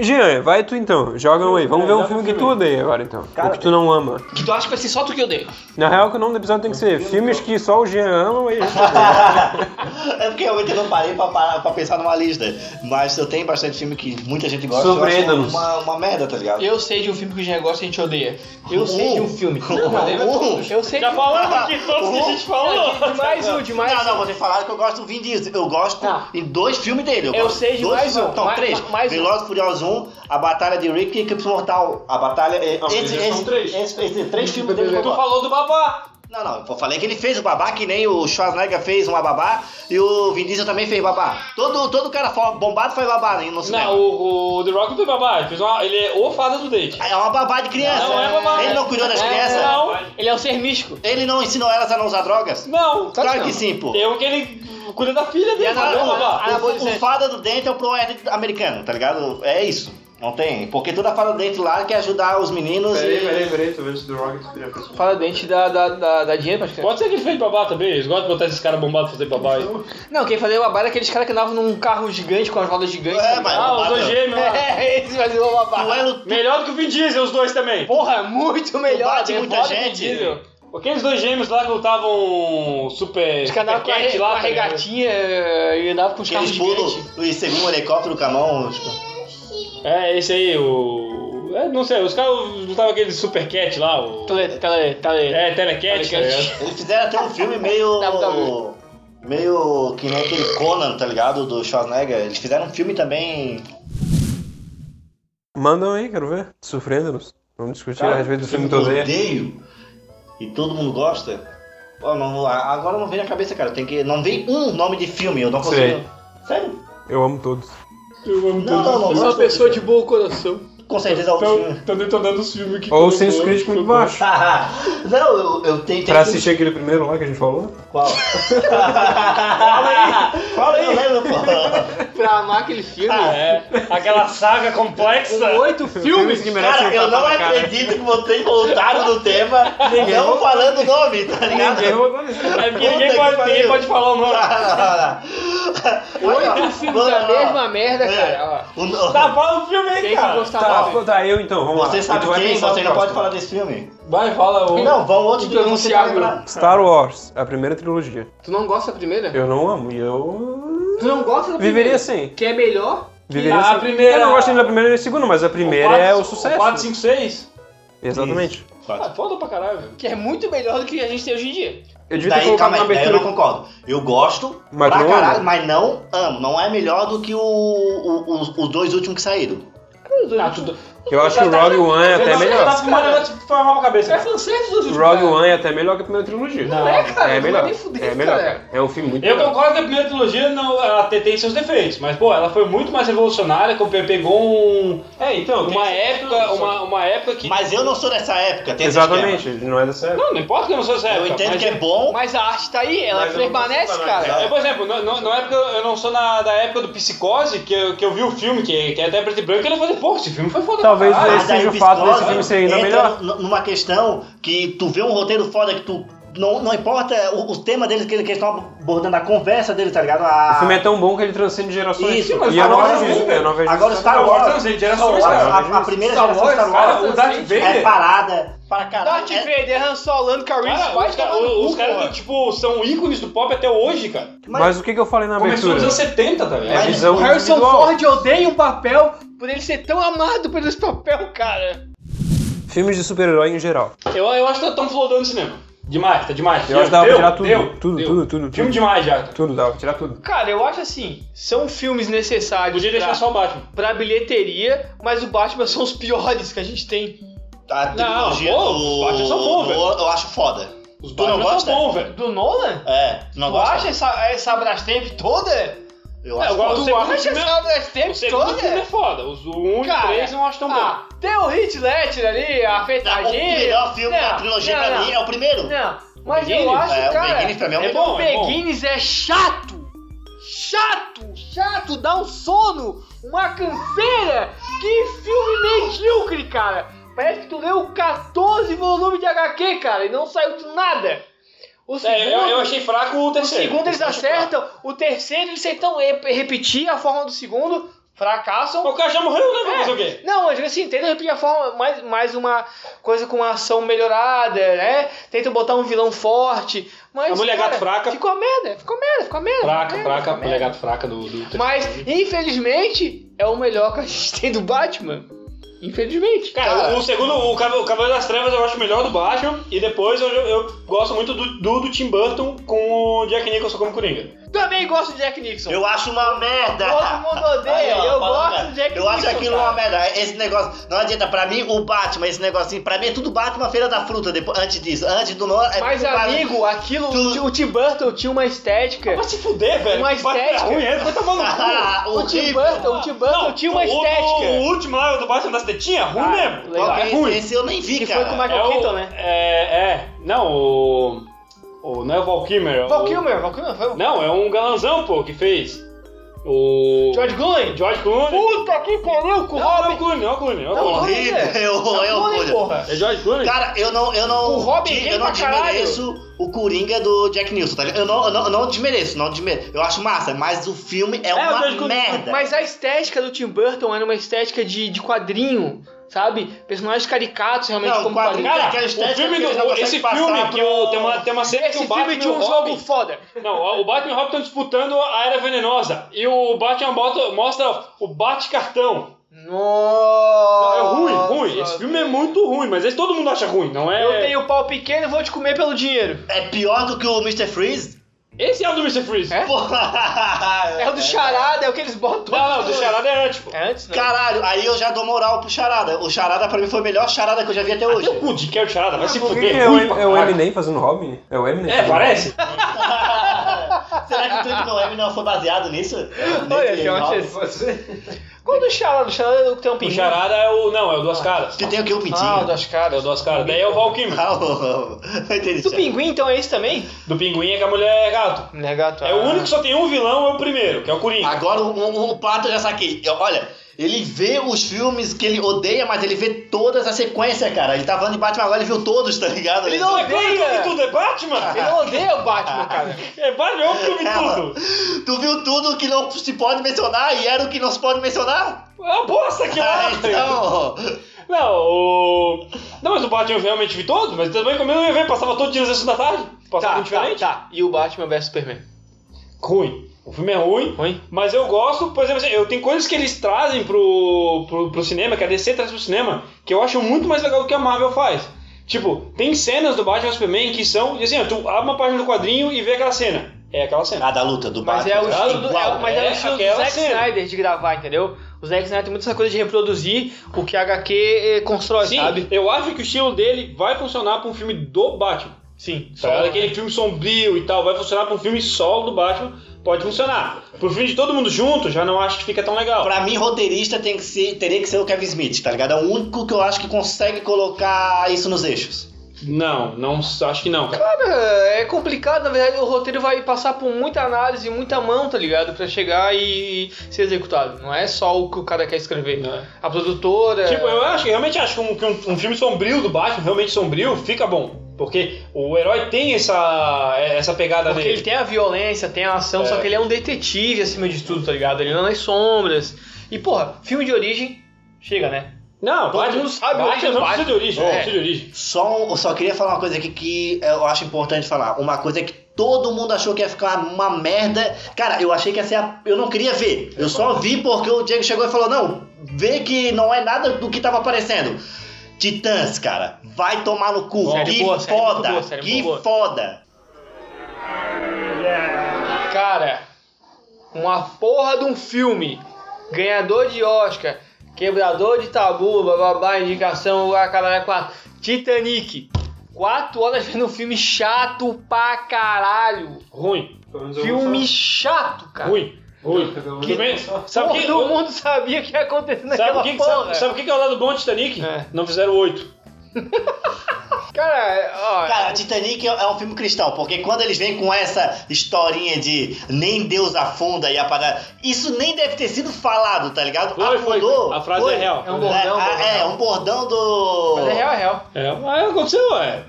Jean, vai tu então. Joga um aí. Vamos ver um
joga
filme
um
que
filme.
tu odeia agora então. Ou que tu não ama.
Que tu acha que vai ser só tu que eu dei.
Na real, que o nome do episódio tem que ser
um
filmes que só o Jean
(laughs)
ama e a gente odeia.
é porque realmente eu não parei pra, parar- pra pensar numa lista. Mas eu tenho bastante filme que muita gente gosta. eu acho
Surpreenda-nos.
Uma, uma merada, tá ligado?
Eu sei de um filme que o Jean gosta e a gente odeia. Eu
Um.
sei de um filme. Não,
Um.
Eu sei
Já
de Uh.
falamos aqui todos que a gente falou.
de mais um, de mais
não,
um.
não, vocês falaram que eu gosto do Vin Diesel. Eu gosto
Tá.
em dois filmes dele.
Eu
gosto
sei de
dois
mais
filmes-
um,
Não,
mais-
três.
ma- mais um.
Velozes e Furiosos 1, A Batalha de Rick e Eclipse Mortal. A Batalha... é-
mas
esse,
já são
esse-
três.
esse- esses três filmes dele.
é
eu
Tu
gosto.
falou do babá.
Não, não. Eu falei que ele fez o babá, que nem o Schwarzenegger fez uma babá. E o Vin Diesel também fez babá. Todo, todo cara fo- bombado faz babá né, no cinema.
Não, o, o The Rock não tem babá. Ele, fez uma- ele é o fada do dente.
É uma babá de criança.
Não, é babá.
Ele não cuidou das
É,
crianças.
não.
Ele é um ser místico.
Ele não ensinou elas a não usar drogas.
Não.
Claro
Claro
que
que
não.
sim, pô.
Tem um que ele cuida da filha
Tá
dele.
E a
não é
Nabela-
babá.
Ah,
O,
adolescente.
o fada do dente é o pro americano, tá ligado? É isso. Não tem. Porque toda fada do dente lá quer ajudar os meninos.
Peraí,
e-
peraí, peraí, tô vendo se o The Rock já fez.
Fala dente da, da, da, da dinheiro, mas
Pode ser que ele fez babá também. Eles gostam de botar esses caras bombados fazer babá aí.
Não, quem fazia babá era aqueles caras que andavam num carro gigante com as rodas gigantes.
É,
tá
mas-
Ah, os dois gêmeos (laughs) lá.
É, esse fazia o babá.
Duelo
Melhor do que o Vin Diesel, os dois também.
Porra, é muito melhor.
bate
né?
muita
Foda
gente.
Vin Diesel.
Aqueles dois gêmeos lá que lutavam super.
Os caras andavam com a,
supercat
re, com a
tá ligado?
regatinha eh, e andavam com os carros
aqueles pulos,
gigantes.
o segundo um helicóptero com a mão. tipo,
É, esse aí, o. é, não sei, os caras lutavam aquele supercat lá, o.
Tele, tele, tele.
É, telecat, tá ligado?
Eles fizeram até um
(laughs)
filme meio.
um
WWE.
meio que nem aquele Conan, tá ligado? Do Schwarzenegger. Eles fizeram um filme também.
Mandam um aí, quero ver. Surpreenda-nos. Vamos discutir
Cara,
a respeito do filme que
eu
tu odeia.
odeio. E todo mundo gosta. Pô, não- agora não vem na cabeça, cara. Tem que. Não vem um nome de filme, eu não consigo.
Sei.
Sério?
Eu amo todos.
Eu amo
Não, não, não. gosto.
de bom coração.
Com certeza é o filme.
detonando os filmes que.
Ou senso crítico muito baixo.
Ah, (laughs) não, eu, eu tenho.
Pra assistir aquele primeiro lá que a gente falou.
Qual? Fala aí! Fala aí! Eu lembro, pô.
Pra amar aquele filme.
É, aquela saga
Um
complexa.
Oito
(laughs)
filmes.
que
Cara, eu não acredito que vocês voltaram no tema não falando o nome, tá ligado?
Ninguém roubou isso.
É porque
Puta
ninguém
que
pode,
pariu.
ninguém pode falar o nome.
Oito
Oito filmes da mesma merda,
é.
cara.
Tá, fala o filme
Ó,
aí,
Quem que
cara.
gostar
Tá,
mais?
tá, eu então, vamos lá.
Você sabe
Tu vai
quem?
pensar
Você
no
não pode
próximo.
falar desse filme?
Vai, fala o.
Não, vão outros
Que
que você vai
pronunciável.
lembrar.
Star Wars, a primeira trilogia.
Tu não gosta da primeira?
Eu não amo, e eu.
Tu não gosta da primeira?
Viveria assim. sem.
Que é melhor?
Viveria
Ah, a
sem.
primeira-
Eu não gosto nem da primeira nem da segunda, mas a primeira é o sucesso.
4, 5, 6.
Exatamente.
Ah, foda pra caralho, velho.
Que é muito melhor do que a gente tem hoje em dia.
Eu devia ter
Daí,
colocado
calma
uma
aí, daí eu não
abertura.
concordo. Eu gosto
Mas
pra
não
caralho,
amo.
mas não amo. Não é melhor do que o- o- os, os dois últimos que saíram.
Ah,
tu-
tu-
Que eu acho que o Rogue One é até
Tá
melhor.
filmando ela tipo, formava
(laughs)
a cabeça.
É fanservice do
O
filme.
Rogue
cara.
One é até melhor que a primeira trilogia.
Não é, cara.
É
não
melhor.
vai nem fuder,
É melhor.
cara.
cara. É um filme muito
Eu
melhor.
concordo que a primeira trilogia não, ela te- tem seus defeitos, mas pô, ela foi muito mais revolucionária, que pe- pegou um,
É, então. tem
uma
esse-
época, uma, uma época que.
Mas eu não sou dessa época, tem esse
Exatamente, ele não é dessa época.
Não, não importa que eu não sou dessa
esquema. Eu
época.
entendo
mas
que é bom,
Mas a arte tá aí, ela
Mas eu não
permanece,
consigo
cara.
analisar.
É, por exemplo, não, não, não é porque eu- eu não sou na, da época do Psicose que eu, que eu vi o filme, que, que é até preto e branco, e eu falei, pô, esse filme foi foda. pra
Talvez
caralho.
Ah, esse
aí
seja
o
o fato desse
Piscola
filme ser ainda
entra
melhor.
n- Numa questão que tu vê um roteiro foda que tu. Não, não importa o, o tema deles que eles estão abordando, a conversa deles, tá ligado? A-
O filme é tão bom que ele transcende gerações.
Isso,
e eu não
agora
vejo
sim,
isso. Eu não vejo
Agora
isso.
Star
Star Wars
Wars.
transcende gerações,
Star Wars,
cara.
a, a primeira
Star
geração
Wars,
Star
cara,
Wars
o Darth
é
Vader.
parada para caralho.
Darth
É-
Vader, Han Solo, Lando Calrissian,
Cara,
vai
os
tomar
caras,
no cu,
os caras
porra.
que, tipo, são ícones do pop até hoje, cara.
mas-
Mas, o que, que eu falei na
Começou
abertura?
nos anos 70, tá
É a
ligado?
visão
O Harrison
individual.
Ford odeia um papel por ele ser tão amado por esse papel, cara.
Filmes de super-herói em geral.
Eu, eu acho que tá tão flodando o cinema. Demais, tá demais.
Eu acho que dava pra tirar tudo,
deu,
tudo,
deu.
tudo, tudo,
Filme
tudo.
demais já. cara.
Tudo dá, tirar tudo.
Cara, eu acho assim, são filmes necessários
Podia deixar
pra,
só um- o Batman.
pra bilheteria, mas o Batman são os piores que a gente tem.
A trilogia
pô,
do-
os Batman são bons,
do-
velho.
Eu acho foda.
Os
Tu não
Batman
gosta?
são bons, velho.
Do Nolan?
É, tu não
Tu
gosta?
acha essa, essa Brastemp toda?
Eu
É,
acho
eu gosto
foda.
Tu
do segundo
acha
filme-
essa
O
Brastemp
segundo filme é
toda?
foda. Os 1 e
Cara,
3 eu não acho tão bom.
Ah, tem o Heath Ledger ali, a
Tá, O
feitadinha.
melhor filme
Não,
da trilogia
não,
pra
não.
mim é o primeiro.
Não, mas eu
Beginnings?
acho,
É, o
cara.
Beginnings pra mim é um
é bom,
o
é bom.
Beginnings é chato! Chato! Chato! Dá um sono! Uma canseira! Que filme medíocre, cara! Parece que tu leu 14 volumes de HQ, cara, e não saiu de nada! O segundo,
É, eu, eu achei fraco o
o
terceiro.
segundo eles
Eu acho fraco.
acertam, o terceiro eles tentam rep- repetir a forma do segundo, fracassam.
O cara já morreu, né? Vai
É.
fazer o quê?
Não, mas assim, tenta repetir a forma, mais, mais uma coisa com uma ação melhorada, né? Tenta botar um vilão forte, mas.
A mulher
cara,
gato fraca.
Ficou a merda, ficou a merda, ficou a merda.
Fraca,
ficou a merda,
fraca,
ficou a É, merda.
legado fraca do, do terceiro.
Mas, infelizmente, é o melhor que a gente tem do Batman. Infelizmente.
Cara,
Cara.
o, o segundo, o Cavaleiro o Cavaleiro das Trevas eu acho melhor do Batman, e depois eu, eu gosto muito do, do, do Tim Burton com o Jack Nicholson como Coringa.
Também gosto de Jack Nixon.
Eu acho uma merda.
Todo mundo
(laughs)
odeia,
Aí, ó,
eu
falando,
gosto
cara.
do Jack
Eu acho
Nicholson,
aquilo
cara.
uma merda. Esse negócio, não adianta. Pra mim, o Batman, esse negocinho, pra mim é tudo Batman Feira da Fruta. Depois, antes disso, antes do Nolan. é
Mas,
tudo Batman. (laughs)
amigo, aquilo,
Tu-
o Tim Burton tinha uma estética.
Vai se fuder, velho.
Uma
que Batman
estética.
É ruim, é, vai tomar no
(laughs)
cu.
Ah,
o Tim
horrível.
Burton, o Tim Burton tinha uma
o, o-
estética.
O, último lá, o do Batman das Tetinhas, ruim
Ah,
mesmo.
legal.
É ruim.
Esse eu nem vi,
Que foi
cara.
com o Michael
é o-
Keaton, né?
É, é. Não, o. o não é o Val Kilmer. é o-
Val Kilmer, Val Kilmer foi o.
Não, é um galãozão, pô, que fez. O.
George Clooney.
George Clooney.
Puta que pariu com o
Não, não é
Robin.
o Clooney, não é o Clooney. Não é o
Não,
Clooney.
Horrível,
Não,
é
Clooney,
horrível.
porra.
É George Clooney?
Cara, eu não, eu não,
O Robin
de-
é
eu não
pra caralho.
desmereço o Coringa do Jack Nicholson, tá ligado? Eu não, eu não, eu não desmereço, não desmereço. Eu acho massa, mas o filme é,
o
uma
Jack Nicholson-
merda.
Mas a estética do Tim Burton era uma estética de, de quadrinho, sabe? Personagens caricatos realmente
Não,
como
quadrinho,
quadrinho.
Cara,
Aquela
o
estética
filme
que eles não
do,
conseguem
esse
passar
filme que o,
pro-
tem, uma, tem uma cena que
Esse
o Batman
filme
e
tinha
o
um
Robin-
jogo foda.
Não, o Batman e o Robin estão disputando a Era Venenosa. E o Batman bota- mostra o Bate-Cartão.
Nossa.
É ruim, ruim. Esse filme é muito ruim, mas esse todo mundo acha ruim, não é?
Eu tenho pau pequeno e vou te comer pelo dinheiro.
É pior do que o Mr. Freeze? (laughs)
Esse é o do Mr. Freeze.
É?
Porra!
É o do charada, é o que eles botam.
Não, não, do Charada é tipo.
É antes, né?
Caralho, aí eu já dou moral pro Charada. O Charada pra mim foi o melhor Charada que eu já vi até
(laughs)
hoje.
Seu cu de que é o Charada, vai se
Por que
fuder.
que é, o,
ruim
M-
pra
é o
caralho.
Eminem fazendo Robin? É o Eminem.
É,
fazendo
parece.
Será que o Trip Noemi não foi baseado nisso?
Olha,
Nesse
que
nome?
ótimo. (laughs) Qual do charada? Do charada é o que tem um
O
pinguim.
Charada é o. Não, é o Duas Caras.
Que tem o Um que? O Pintinho? (laughs)
Ah, o das
É o
caras.
Duas Caras. Daí é o Valkyrie.
Ah, o- o- entendi.
Do pinguim, então, é isso também?
Do Pinguim é que a mulher é gato.
Negato. ah.
É o único que só tem um vilão, é o primeiro, que é o Coringa.
Agora o, o, o Pato eu já saquei. Eu- Olha, ele vê os filmes que ele odeia, mas ele vê todas as sequências, cara. Ele tá falando de Batman agora, ele viu todos, tá ligado?
Ele não
É claro que eu vi tudo, é
Ele
Batman?
odeia o Batman, cara.
É Batman, é o filme tudo.
Tu viu tudo que não se pode mencionar e era o que não se pode mencionar?
É uma bosta que lá.
Ah, então.
Não, o. Não, mas o Batman eu realmente vi todos, mas também comigo eu ia ver, passava todo dia às vezes da tarde. Passava
Tá,
muito diferente.
tá, tá. E o Batman vs Superman?
Ruim. O filme é ruim,
Ruim?
mas eu gosto, por exemplo, assim, eu tenho coisas que eles trazem pro, pro, pro cinema, que a DC traz pro cinema, que eu acho muito mais legal do que a Marvel faz. Tipo, tem cenas do Batman e Superman que são. E assim, ó, tu abre uma página do quadrinho e vê aquela cena. É aquela cena.
Ah, da luta do
Mas
Batman.
é o estilo do,
igual.
é, mas é,
É
o estilo do
aquela
Zack
cena.
Snyder de gravar, entendeu? O Zack Snyder tem muita essa coisa de reproduzir o que a HQ constrói,
Sim,
sabe?
assim, eu acho que o estilo dele vai funcionar pra um filme do Batman.
Sim.
Tá ligado? Aquele filme sombrio e tal, vai funcionar pra um filme solo do Batman, pode funcionar. Pro filme de todo mundo junto, já não acho que fica tão legal.
Pra mim, roteirista tem que ser, teria que ser o Kevin Smith, tá ligado? É o único que eu acho que consegue colocar isso nos eixos.
Não, não acho que não, cara.
Cara, é complicado, na verdade, o roteiro vai passar por muita análise, muita mão, tá ligado? Pra chegar e ser executado. Não é só o que o cara quer escrever.
É.
A produtora.
Tipo, eu acho, eu realmente acho que um, que um- um filme sombrio do Batman, realmente sombrio, fica bom. Porque o herói tem essa, é, essa pegada
Porque ele
dele.
tem a violência, tem a ação, só que ele é um detetive acima de tudo, tá ligado? Ele anda nas sombras. E, porra, filme de origem, chega, né?
Não,
Todo
Batman
mundo sabe o Batman
Batman não
do
precisa de origem, não
É.
precisa de origem.
Só, um- eu só queria falar uma coisa aqui que eu acho importante falar. Uma coisa que todo mundo achou que ia ficar uma merda. Cara, eu achei que ia ser a... Eu não queria ver. Eu só vi porque o Diego chegou e falou: não, vê que não é nada do que tava aparecendo. Titãs, cara, vai tomar no cu.
Série
que
boa, série muito
foda,
boa, série
que
muito boa.
foda.
Cara, uma porra de um filme, ganhador de Oscar, quebrador de tabu, bababá, indicação, a caralho, quatro. Titanic. Quatro horas vendo um filme chato pra caralho.
Ruim,
Pelo menos eu vou
Filme
falar.
chato, cara.
ruim, ruim.
Pelo menos
Que-
eu vou falar.
Sabe o que,
Todo mundo sabia o que ia acontecer
sabe
naquela
o que,
porra.
sabe, sabe o que que é o lado bom do Titanic?
É.
Não fizeram oito.
Cara, ó,
Cara, Titanic é- é um filme cristão, porque quando eles vêm com essa historinha de nem Deus afunda e a parada. Isso nem deve ter sido falado, tá ligado?
Foi, foi, foi. A frase é real.
É um bordão,
é,
bordão.
é, um bordão do.
mas é real, é real.
É, mas aconteceu, é.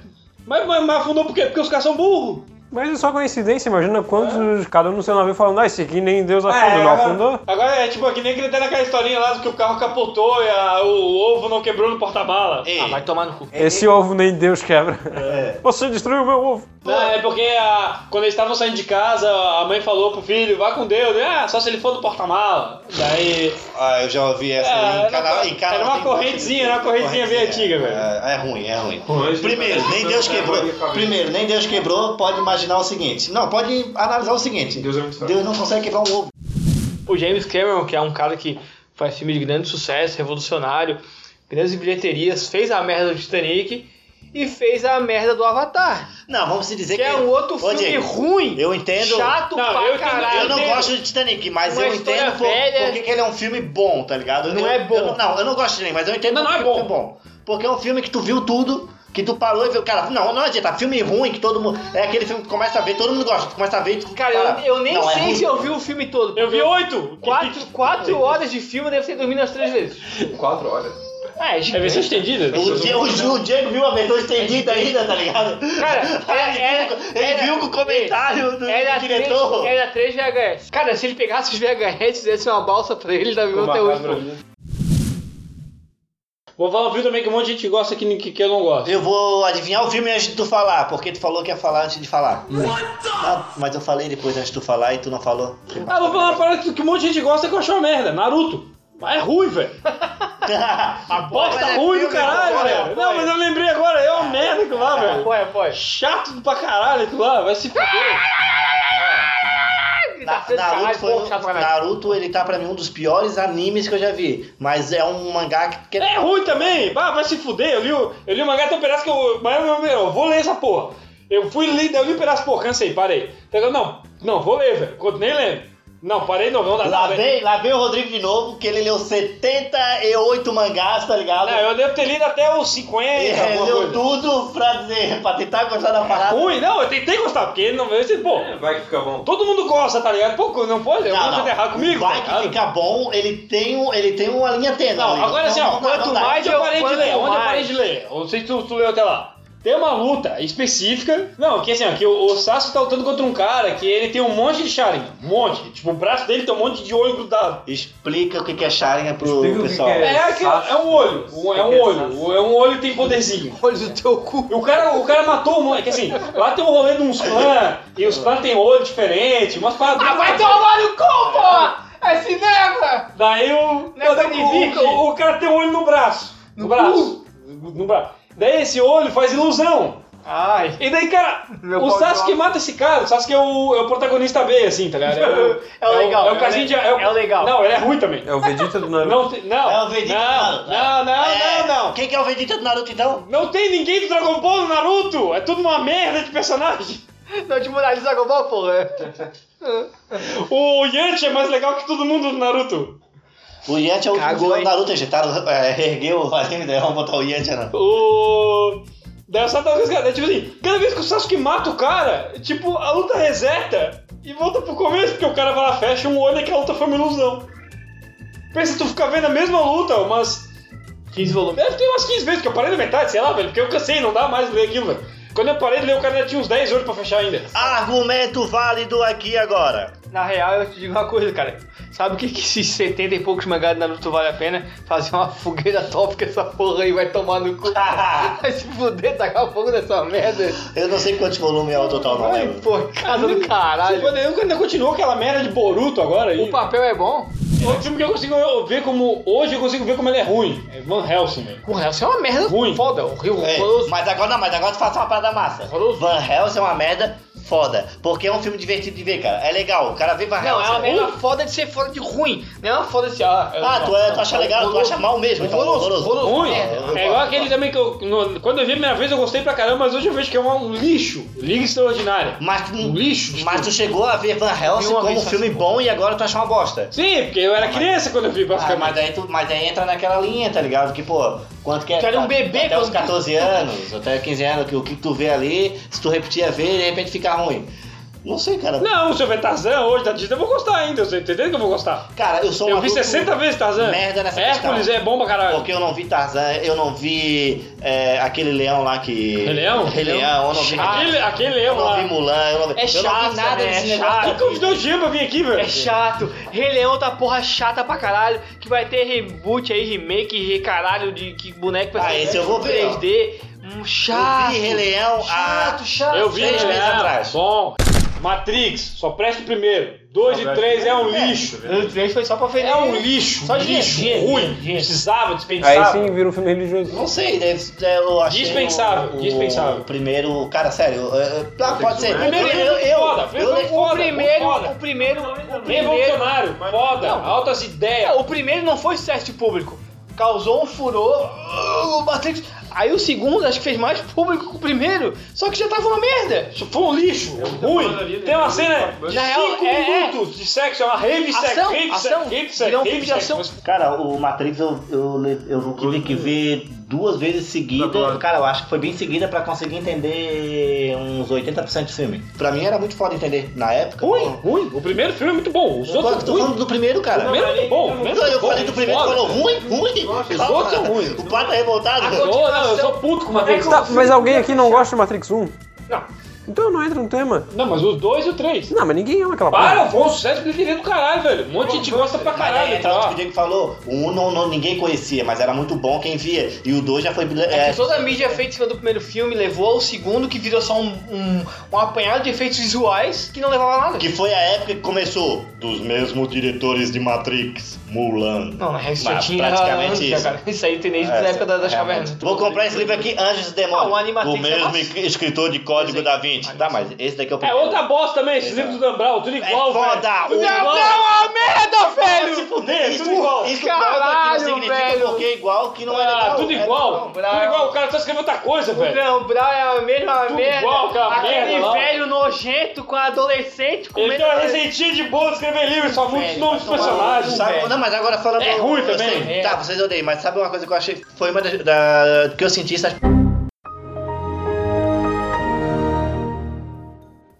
Mas, mas, mas afundou por quê? Porque os caras são burros.
Mas é só coincidência, imagina quantos, cada um no seu navio falando, ah, esse aqui nem Deus afunda,
É,
não
agora-
afundou.
Agora é tipo, que nem aquele até naquela historinha lá do que o carro capotou e a- o ovo não quebrou no porta-bala.
Ei,
Ah, vai tomar no cu.
Esse ovo nem Deus quebra.
é.
Você destruiu o meu ovo.
Não, é porque a- quando eles estavam saindo de casa, a mãe falou pro filho, vá com Deus, Ele, ah, só se ele for do porta-mala. Daí.
Ah, eu já ouvi essa
É,
em canal. Em canal
era uma
tem-
correntezinha, era uma correntezinha bem antiga, velho.
É, é ruim, é ruim.
Hoje-
Primeiro,
tá
nem Deus
é
quebrou. Primeiro, nem Deus quebrou, pode imaginar o seguinte. Não, pode analisar o seguinte.
Deus é muito fraco.
Deus não consegue quebrar um ovo.
O James Cameron, que é um cara que faz filme de grande sucesso, revolucionário, grandes bilheterias, fez a merda do Titanic e fez a merda do Avatar,
Não, vamos se dizer
que
que.
é um outro
Ô,
filme
Diego,
ruim,
Eu entendo.
chato
Não,
pra
eu entendo-
caralho.
Ah, Eu não
entendo.
gosto de Titanic, mas
Uma
eu
história
entendo por,
velha.
por que que ele é um filme bom, tá ligado?
Não
Eu-
é
eu
bom.
não- não, eu não gosto de Titanic, mas eu entendo
Não, não
por
é
que
bom.
é bom. Porque é um filme que tu viu tudo, que tu parou e viu. Cara, não, não adianta. Filme ruim que todo mundo. É aquele filme que tu começa a ver, todo mundo gosta. Tu começa a ver e tu.
Cara,
fala,
eu, eu nem
"Não, é
sei
ruim."
se eu vi o filme todo.
Eu vi oito!
Quatro, quatro horas de filme, deve ter dormido umas três vezes.
Quatro horas.
Ah, é
É
gigante.
versão estendida?
O Die- o Ju- o Diego viu a versão estendida ainda, tá ligado?
é
Cara, era-
(laughs) ele, viu,
era-
ele
era-
viu com o comentário do,
Era
do diretor.
três, era três VHS. Cara, se ele pegasse os VHS e fizesse uma balsa pra ele, tá vivo
Ficou
até
marcado
hoje.
pra mim.
Vou falar um filme também que um monte de gente gosta que, que, que eu não gosto.
Eu vou adivinhar o filme antes de tu falar, porque tu falou que ia falar antes de falar. Ah, mas eu falei depois antes de tu falar e tu não
(laughs)
falou.
Ah, vou falar uma parada que, que um monte de gente gosta que eu acho uma merda. Naruto. Mas é ruim, velho.
a
Bosta
é
ruim do caralho,
apoia,
velho. Não, mas eu lembrei agora, é uma merda aquilo lá, velho.
Apoia, apoia.
Chato pra caralho aquilo lá, vai se fuder. tá
Na- Naruto, foi um- Naruto, ele tá pra mim um dos piores animes que eu já vi. Mas é um mangá que. que é-
É ruim também, bah, vai se fuder. Eu li, o- eu li o mangá tão pedaço que eu. Mas eu, eu- eu vou ler essa porra. Eu fui ler, eu li um pedaço, porra, cansei, parei. Entendeu? Não, não, vou ler, velho. Quando nem lembro. Não, parei não, não dá
Lá
não,
vem, lá vem o Rodrigo de novo, que ele leu 78 mangás, tá ligado?
Não, É, eu devo ter lido até os 50.
ele
alguma
É, leu
coisa.
tudo pra dizer, pra tentar gostar da parada.
Ruim, não, eu tentei gostar, porque ele não. Eu disse, pô,
Vai que fica bom.
todo mundo gosta, tá ligado? Pô, não pode, eu
Não,
vou
não.
errado comigo.
Vai
tá
que
ligado?
fica bom, ele tem, um, ele tem uma linha tênue. ali.
Não, agora assim, ó,
não dá,
quanto
não dá.
mais eu parei de
quanto
ler, onde eu
mais.
parei de ler? Eu Não sei se tu, tu leu até lá. Tem uma luta específica. Não, que assim, ó, que o, o Sasuke tá lutando contra um cara que ele tem um monte de Sharingan. Um monte. Tipo, o braço dele tem um monte de olho grudado.
Explica o que que é Sharingan pro
Explica o que
pessoal.
que
É, é, aquele- é um olho. Um- é um olho. É um olho que tem poderzinho.
Olha o teu cu.
E O cara, o cara matou um monte. É que assim, lá tem um rolê de uns clãs, e os clãs tem olho diferente, umas paradas.
Ah, vai tomar no cu, porra! É cinema!
Daí o.
Não é
daí
magnífico?
o, o, o cara tem um olho no braço. No,
No
braço. No braço. Daí esse olho faz ilusão.
Ai.
E daí, cara,
Meu
o
pau de
Sasuke
pau.
mata esse cara. O Sasuke é o, é o protagonista B, assim, tá
(laughs)
ligado? É o,
É o legal,
É o,
é o
casinho de.
le- é o legal.
Não, ele é ruim também.
É o Vegeta do Naruto.
Não, tem- não.
É o Vegeta do
Não,
Naruto, né?
não, não,
É.
não, não.
Quem que é o Vegeta do Naruto então?
Não tem ninguém do Dragon Ball no Naruto! É tudo uma merda de personagem! (laughs)
Não te mudar de Dragon Ball, porra.
O Yanchi é mais legal que todo mundo do Naruto!
O Yantia é o último
Cagou,
vilão do
hein?
Naruto, injetaram, é, ergueu o anime, daí vamos botar o Yantia né? na...
O. Daí o Sasuke, daí, tipo assim, cada vez que o Sasuke mata o cara, tipo, a luta reseta e volta pro começo, porque o cara vai lá, fecha um olho e que a luta foi uma ilusão. Pensa, tu fica vendo a mesma luta, umas
15 volumes.
Deve ter umas 15 vezes, que eu parei na metade, sei lá, velho, porque eu cansei, não dá mais de ler aquilo, velho. Quando eu parei de ler, o cara já tinha uns 10 olhos pra fechar ainda.
Argumento válido aqui agora.
Na real, eu te digo uma coisa, cara. Sabe o que, que esses 70 e poucos mangá de Naruto vale a pena? Fazer uma fogueira top com essa porra aí, vai tomar no cu. (laughs) vai se fuder, tacar fogo nessa merda.
(laughs) Eu não sei quantos volumes é o total, não
Vai,
lembro.
porcada do caralho.
Tipo, Eu ainda continuou aquela merda de Boruto agora aí.
O papel é bom?
O filme que eu consigo ver como. Hoje eu consigo ver como ele é ruim. É Van Helsing, velho.
O real, isso é uma merda
Ruim.
foda. O Rio
É, mas agora não, mas agora tu faz uma parada massa.
Horroroso.
Van Helsing é uma merda foda, porque é um filme divertido de ver, cara. É legal, o cara vê Van Helsing.
Não, é uma merda
Uh,
foda de ser foda de ruim. Não é uma foda de ser. Ah, eu-
Ah, tu, é, tu acha legal, tu acha mal mesmo, então
Horroroso,
horroroso.
horroroso.
Ruim.
eu
É igual
gosto,
aquele
gosto.
também que eu. no- quando eu vi a primeira vez eu gostei pra caramba, mas hoje eu vejo que é um, um lixo. Liga Extraordinária.
Mas, tu-
Um lixo. de
mas tu chegou a ver Van Helsing
Nenhuma
como um
vez
assim,
filme bom e agora tu acha uma bosta.
Sim, porque eu era criança quando eu vi,
Ah, mas,
basicamente.
daí tu, mas daí entra naquela linha, tá ligado? Que, pô, quanto que é?
Tu era um bebê
até os
quando-
14 anos, até 15 anos, que o que tu vê ali, se tu repetir a ver, de repente fica ruim. Não sei, cara.
Não, se eu ver Tarzan hoje da Disney, eu vou gostar ainda. Você entendeu que eu vou gostar?
Cara, eu sou um
Eu vi
adulto-
60 vezes Tarzan.
Merda nessa
Hércules
questão.
é bom pra caralho.
Porque eu não vi Tarzan, eu não vi é, aquele leão lá que.
Rei Leão?
Rei Leão, eu não vi.
Aquele, aquele
eu
leão
não
lá.
vi Mulan, eu não vi.
É
eu não
chato,
vi nada
né?
desse
É
negócio.
Quem
chato.
que convidou o Jean pra vir aqui, velho?
É chato. Rei Leão tá porra chata pra caralho. Que vai ter reboot aí, remake, re caralho de que boneco vai
Ah,
ser
esse eu vou ver, ó.
3D. Hum,
Eu
chato.
vi Rei Leão ah,
Chato,
a.
chato.
Eu vi
Seis
Rei
meses
Leão,
atrás.
Bom. Matrix, só presta o primeiro. Dois
Só
e
presta
três
o
é um
primeiro.
lixo.
O 3 foi só pra vender.
É um lixo,
Só dinheiro,
lixo,
dinheiro,
ruim.
dinheiro, dinheiro.
Precisava,
Aí
dispensava.
sim vira um filme religioso.
Não sei, deve, eu achei. o-
Dispensável,
o,
dispensável.
O primeiro, cara, sério. é, é, tá, pode ser.
Primeiro
eu,
filme
eu,
foda,
eu,
filme
O
foda,
primeiro,
É um foda.
o primeiro, o primeiro.
Revolucionário, foda, altas ideias.
É, O primeiro não foi sucesso de público. Causou um furor. uh, Matrix. Aí o segundo acho que fez mais público que o primeiro. Só que já tava uma merda.
É
Foi um lixo,
tá
ruim.
minoria,
Tem
né?
uma cena de
Na real,
5
é, é.
minutos de sexo, é uma rave sex,
Ação,
rave sex,
ação.
rave sex,
Ele é um
rave
filme de
sex.
ação.
Mas
Cara, o Matrix eu, eu, eu tive que ver duas vezes seguida. Cara, eu acho que foi bem seguida pra conseguir entender uns 80% do filme. Pra mim era muito foda entender na época.
Ruim,
pô.
ruim. O primeiro filme é muito bom. Os
Eu tô,
outros
tô
ruim.
falando do primeiro, cara.
O primeiro é muito bom. o primeiro
Então,
é
eu
muito bom,
falei do primeiro,
foda.
falou ruim, ruim.
Os outros são ruins.
O pai tá revoltado.
Eu sou- não, eu sou puto com
é
Matrix.
Tá, mas alguém aqui não gosta de Matrix 1?
Não.
Então não entra no tema.
Não, mas os dois e o três.
Não, mas ninguém ama aquela
Para,
porra.
foi um sucesso que do caralho, velho. Um monte de gente gosta pra
Mas é tipo aí
caralho.
entra o que o
Tá?
Diego falou. O 1 não, não- ninguém conhecia, mas era muito bom quem via. E o 2 já foi.
É
É,
que toda a mídia feita em cima do primeiro filme levou ao segundo, que virou só um, um, um apanhado de efeitos visuais que não levava a nada.
que foi a época que começou. Dos mesmos diretores de Matrix, Mulan.
Não, na real, isso
Mas
já tinha
praticamente
anos,
isso.
cara. Isso aí tem desde
É,
a época da- das
realmente.
cavernas.
Vou comprar esse livro aqui, Anjos e
Ah, o
Demônios.
Animatrix
do
é
mesmo
massa.
escritor de Código da Vinci. Tá, mas esse daqui é o
É
primeiro.
outra bosta também, esses livros do Dambral, tudo igual,
É foda,
velho. Tudo
o-
igual.
é uma merda,
Vai se fuder,
Isso,
é tudo igual.
isso prova que
Caralho,
não significa
velho.
porque é igual que não é
Ah,
legal.
tudo
É
igual.
não,
Tudo
bravo.
igual, o cara só escreveu outra coisa,
O
velho.
Grão Brown é a mesma
Tudo
merda.
igual, aquela
Aquele
merda lá.
velho nojento com adolescente comendo.
Ele tem uma receitinha de boa de escrever livro, só muda os
Velho,
nomes dos
vai tomar
personagens.
no cu,
sabe?
Sabe,
velho.
não, mas agora falando.
É ruim também.
eu sei.
É.
Tá, vocês odeiam, mas sabe uma coisa que eu achei? Foi uma das. da- que eu senti essas.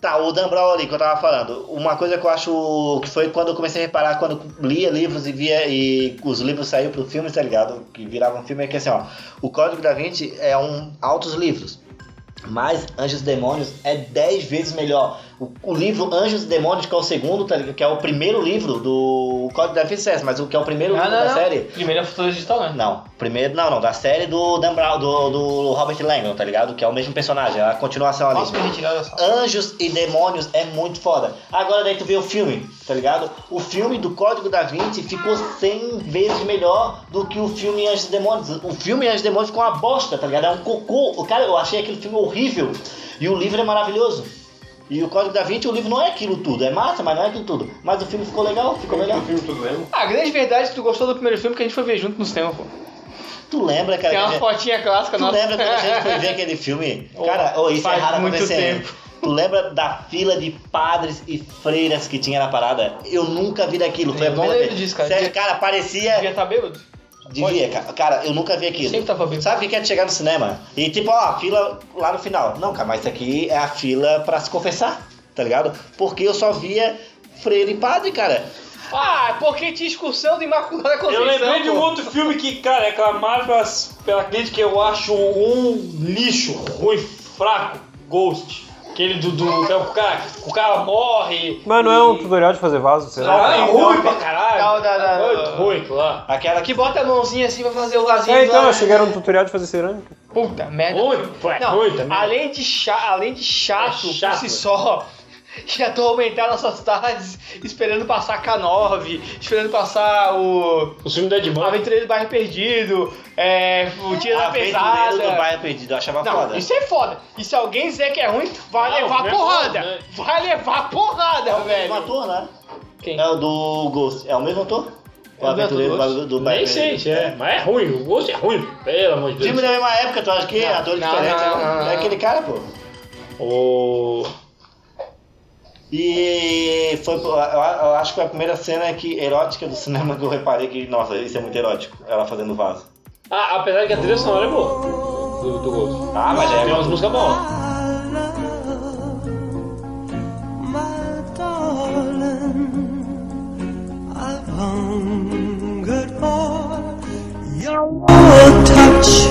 Tá, o Dan Brown ali que eu tava falando. Uma coisa que eu acho que foi quando eu comecei a reparar, quando eu lia livros e via e os livros saíam pro filme, tá ligado? Que viravam filme, é que assim, ó. O Código da Vinci é um altos livros. Mas Anjos e Demônios é 10 vezes melhor. O, o livro Anjos e Demônios, que é o segundo, tá ligado? que é o primeiro livro do Código da Vincença, mas o que é o primeiro
Não,
livro
não,
da
não.
série.
Primeiro é Futuro Digital, né?
Não, primeiro não, não, da série do Dan Brown, do, do Robert Langdon, tá ligado? Que é o mesmo personagem, é a continuação ali.
Posso me retirar da sala?
Anjos e Demônios é muito foda. Agora daí tu vê o filme, tá ligado? O filme do Código da Vinci ficou 100 vezes melhor do que o filme Anjos e Demônios. O filme Anjos e Demônios ficou uma bosta, tá ligado? É um cocô. O cara, eu achei aquele filme horrível. E o livro é maravilhoso. E o Código da Vinci, o livro não é aquilo tudo. É massa, mas não é aquilo tudo. Mas o filme ficou legal, ficou legal.
O filme tudo lembra?
Ah, A grande verdade é que tu gostou do primeiro filme que a gente foi ver junto no cinema, pô.
Tu lembra, cara?
Tem
que a
uma
gente-
fotinha clássica
É, Tu
nossa.
lembra quando a gente foi
(laughs)
ver aquele filme? Cara, oh, isso
faz
é raro
muito
acontecer.
tempo.
né? Tu lembra da fila de padres e freiras que tinha na parada? Eu nunca vi daquilo. Foi a
Eu
primeira
lembro
vez.
um disso, cara.
Sério,
Devia-
cara,
Devia
parecia.
estar bêbado.
Devia, cara. Cara, eu nunca vi aquilo.
Sempre tava bêbado.
Sabe o que é de chegar no cinema? E tipo, ó, a fila lá no final. Não, cara, mas isso aqui é a fila pra se confessar, tá ligado? Porque eu só via freira e padre, cara.
Ah, porque tinha excursão do Imaculada Conceição.
Eu lembrei de um
pô.
outro filme que, cara, é clamado pelas, pela gente que eu acho um lixo ruim, fraco, Ghost. Aquele do, do que é o cara, o cara morre.
Mas não é
e-
um tutorial de fazer vaso, sei lá.
Ah, é ruim pra caralho.
Não, não, não, não.
Muito ruim aquilo lá.
Aquela que
Que bota a mãozinha assim pra fazer o lazinho.
É,
do
então,
lado.
eu cheguei era um tutorial de fazer cerâmica.
Puta merda.
Ruim, pô, é
Não,
ruim também.
além de, cha além de chato,
É chato.
por si só, já tô aumentando nossas tardes esperando passar K9, esperando passar o
O filme da Edmond.
Aventureiro do Bairro Perdido, é, o Dia
Ah,
da
aventureiro do
Pesada.
bairro perdido, eu achava
Não,
foda.
isso é foda. E se alguém dizer que é ruim, vai
Não,
levar
não é
porrada.
foda, né?
Vai levar porrada,
é o
velho.
mesmo ator, né?
Quem?
É o do Ghost. É o mesmo ator? O
É o mesmo
aventureiro
ator do
do, do
Nem
Batman.
sei, se é. Mas é ruim, o gosto é ruim, pelo amor de
Filme
Deus.
da mesma época, tu acha que é
Não,
ator
não,
diferente?
não, não, não.
É aquele cara, pô.
O.
E foi, eu eu acho que foi a primeira cena que, erótica do cinema que eu reparei que, nossa, isso é muito erótico, ela fazendo vaso.
Ah, apesar de que a trilha sonora é boa. Do, do Ghost.
Ah, mas é
Tem umas
uma
músicas boas.
My darling, I've hungered for your touch.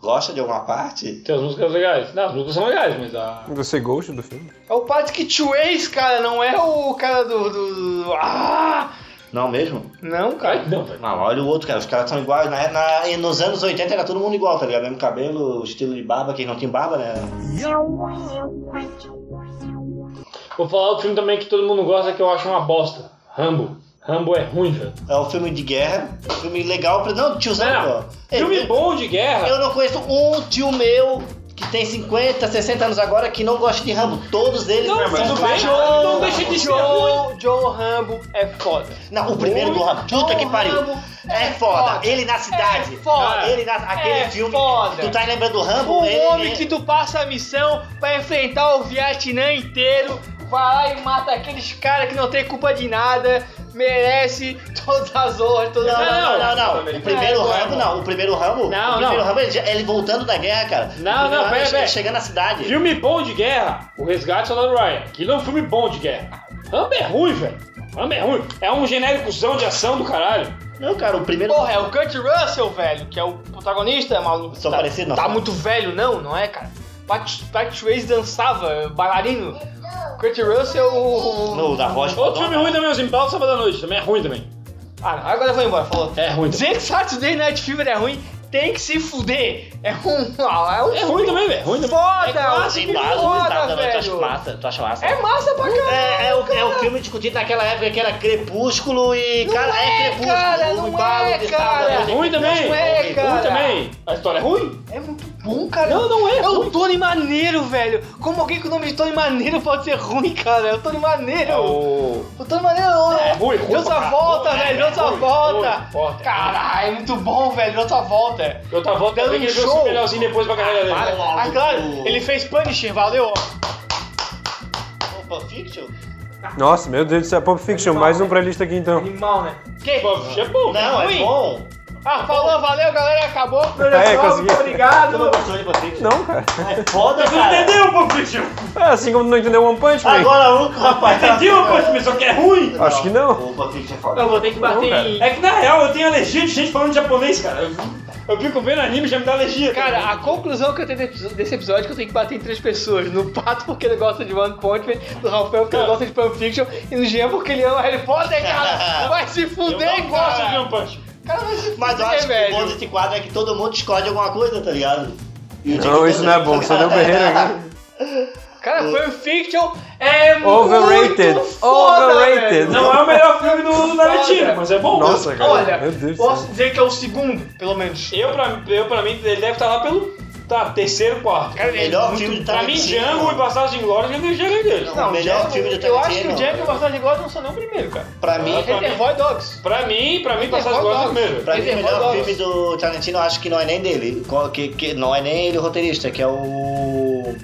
Gosta de alguma parte?
Tem umas músicas legais. Não, as músicas são legais, mas a.
Você gosta do filme?
É o Patrick Chways, cara, não é o cara do. do- do- Ah!
Não mesmo?
Não, cara.
Ai, não, velho.
Não, olha o outro, cara, os caras são iguais. Na, na- e nos anos 80 era todo mundo igual, tá ligado? Mesmo cabelo, estilo de barba, quem não tem barba, né?
Vou falar outro filme também que todo mundo gosta que eu acho uma bosta. Rambo. Rambo é ruim, velho.
É um filme de guerra, um filme legal pra. Não, tiozão,
Não,
pô.
filme
Ele-
bom de guerra.
É, Eu não conheço um tio meu que tem 50, 60 anos agora que não gosta de Rambo. Todos eles
Não,
são
tudo bem.
apaixonados.
Não deixa de ser
Joe, Joe Rambo é foda.
Não, o primeiro do Rambo. Puta que pariu.
Rambo
É
é
foda.
foda.
Ele na cidade.
É foda.
Ele na, aquele
É
filme.
foda.
Tu tá lembrando do Rambo?
Um
ele,
homem que tu passa a missão pra enfrentar o Vietnã inteiro, vai lá e mata aqueles caras que não tem culpa de nada, merece todas as honras, todas
Não,
as
não, não, não, não. O
Americano.
primeiro
É,
Rambo, não. O primeiro Rambo.
Não,
o primeiro
não.
Rambo, ele, já- ele voltando da guerra, cara.
Não,
O primeiro
não,
Rambo,
pera,
ele
pera.
Chega na cidade.
Filme bom de guerra, O Resgate do Soldado Ryan. Aquilo é um filme bom de guerra. Rambo é ruim, velho. Rambo é ruim. É um genéricozão de ação do caralho.
Não, cara, o primeiro.
Porra, é o Kurt Russell, velho, que é o protagonista, maluco.
Só
tá,
parecido, não.
Tá muito velho, não, não é, cara? Pat- Pat Trace dançava, bailarino. Kurt Russell. o- o-
No, da voz.
Outro filme ruim também, Os Impalos Sábado à Noite. Também é ruim também.
Ah, não, agora eu vou embora, falou.
É ruim também.
Dizer que Saturday Night Fever é ruim, tem que se fuder. É um. ah, É, um
É ruim também, velho. É ruim também.
Foda,
Tem
é um
vários
foda,
tá?
estados também, né? Tu acha
velho.
massa? Tu acha massa?
É massa pra caralho.
É, é o, é o filme discutido naquela época que era Crepúsculo e.
Não
cara,
é,
Crepúsculo.
cara,
o
não
embalo
é,
de Star
cara.
Wars.
É ruim também.
Não é, cara.
Ruim também. A história é ruim?
É muito bom, cara.
Não, não é
É o Tony Maneiro, velho. Como alguém com o nome de Tony Maneiro pode ser ruim, cara? É o Tony Maneiro. O Tony Maneiro.
É ruim, ruim
Dança
pra
volta,
caralho.
velho.
É,
Dança
ruim, ruim,
volta.
foda.
Caralho, é muito bom, velho. Dança volta.
Eu tava voltando
Dando
pra
um
ver que ele
show.
um melhorzinho depois pra carreira
Para.
dele.
Ah, claro. Ele fez Punisher, valeu.
Pulp Fiction?
Nossa, meu Deus do céu, Pulp Fiction, mais um pra lista aqui então.
Animal, né? Que?
Pô, é bom.
Não, é
ruim.
bom.
Ah, falou, valeu, galera, acabou.
Aí, consegui.
Eu não gostou de vocês.
Não, cara.
É foda, cara.
Entendeu, Pulp Fiction?
É assim como não entendeu One Punch
Ah,
Man.
Agora o outro rapaz.
Entendeu, Pulp Fiction? Só que é ruim.
Acho que não.
O Patrick é foda.
Eu vou ter que bater
cara.
em.
É que na real eu tenho alergia de gente falando japonês, cara. Eu, eu fico vendo anime e já me dá alergia.
Cara, a conclusão que eu tenho desse episo- desse episódio é que eu tenho que bater em três pessoas. No Pato porque ele gosta de One Punch Man, no Rafael porque ele gosta de Pulp Fiction e no Jean porque ele ama Harry Potter,
(laughs)
cara. Vai se
eu
fuder,
não gosto de
cara.
One Punch.
Cara, vai se fuder,
Mas eu acho que o
velho.
bom desse quadro é que todo mundo escolhe alguma coisa, tá ligado? E o
Não,
Diego
isso não é bom. Você deu berreiro aqui.
Cara, Pulp Fiction é
Overrated.
muito foda,
Overrated.
velho.
Não é o melhor filme do Naretino, mas é bom.
Nossa, cara.
Olha,
Meu Deus do
posso
céu.
dizer que é o segundo, pelo menos.
Eu pra, eu, pra mim, ele deve estar lá pelo. Tá, terceiro, quarto.
Cara, ele- tá
Melhor filme de
Pra mim,
Tarantino.
Django e Bastardos Inglórios é já tem Django dele.
Não, o melhor
Django-
filme de
Eu acho que o
Tarantino.
Django e o Bastardo Inglórios não são nem o primeiro, cara.
Pra mim,
Ah,
Reservoir Dogs.
Pra mim, pra mim,
Reservoir
Bastardos Inglórios é o
Dogs.
primeiro.
Pra mim, o
Reservoir
melhor
Dogs.
filme do Tarantino, eu acho que não é nem dele. Co- Que, que não é nem ele o roteirista, que é o.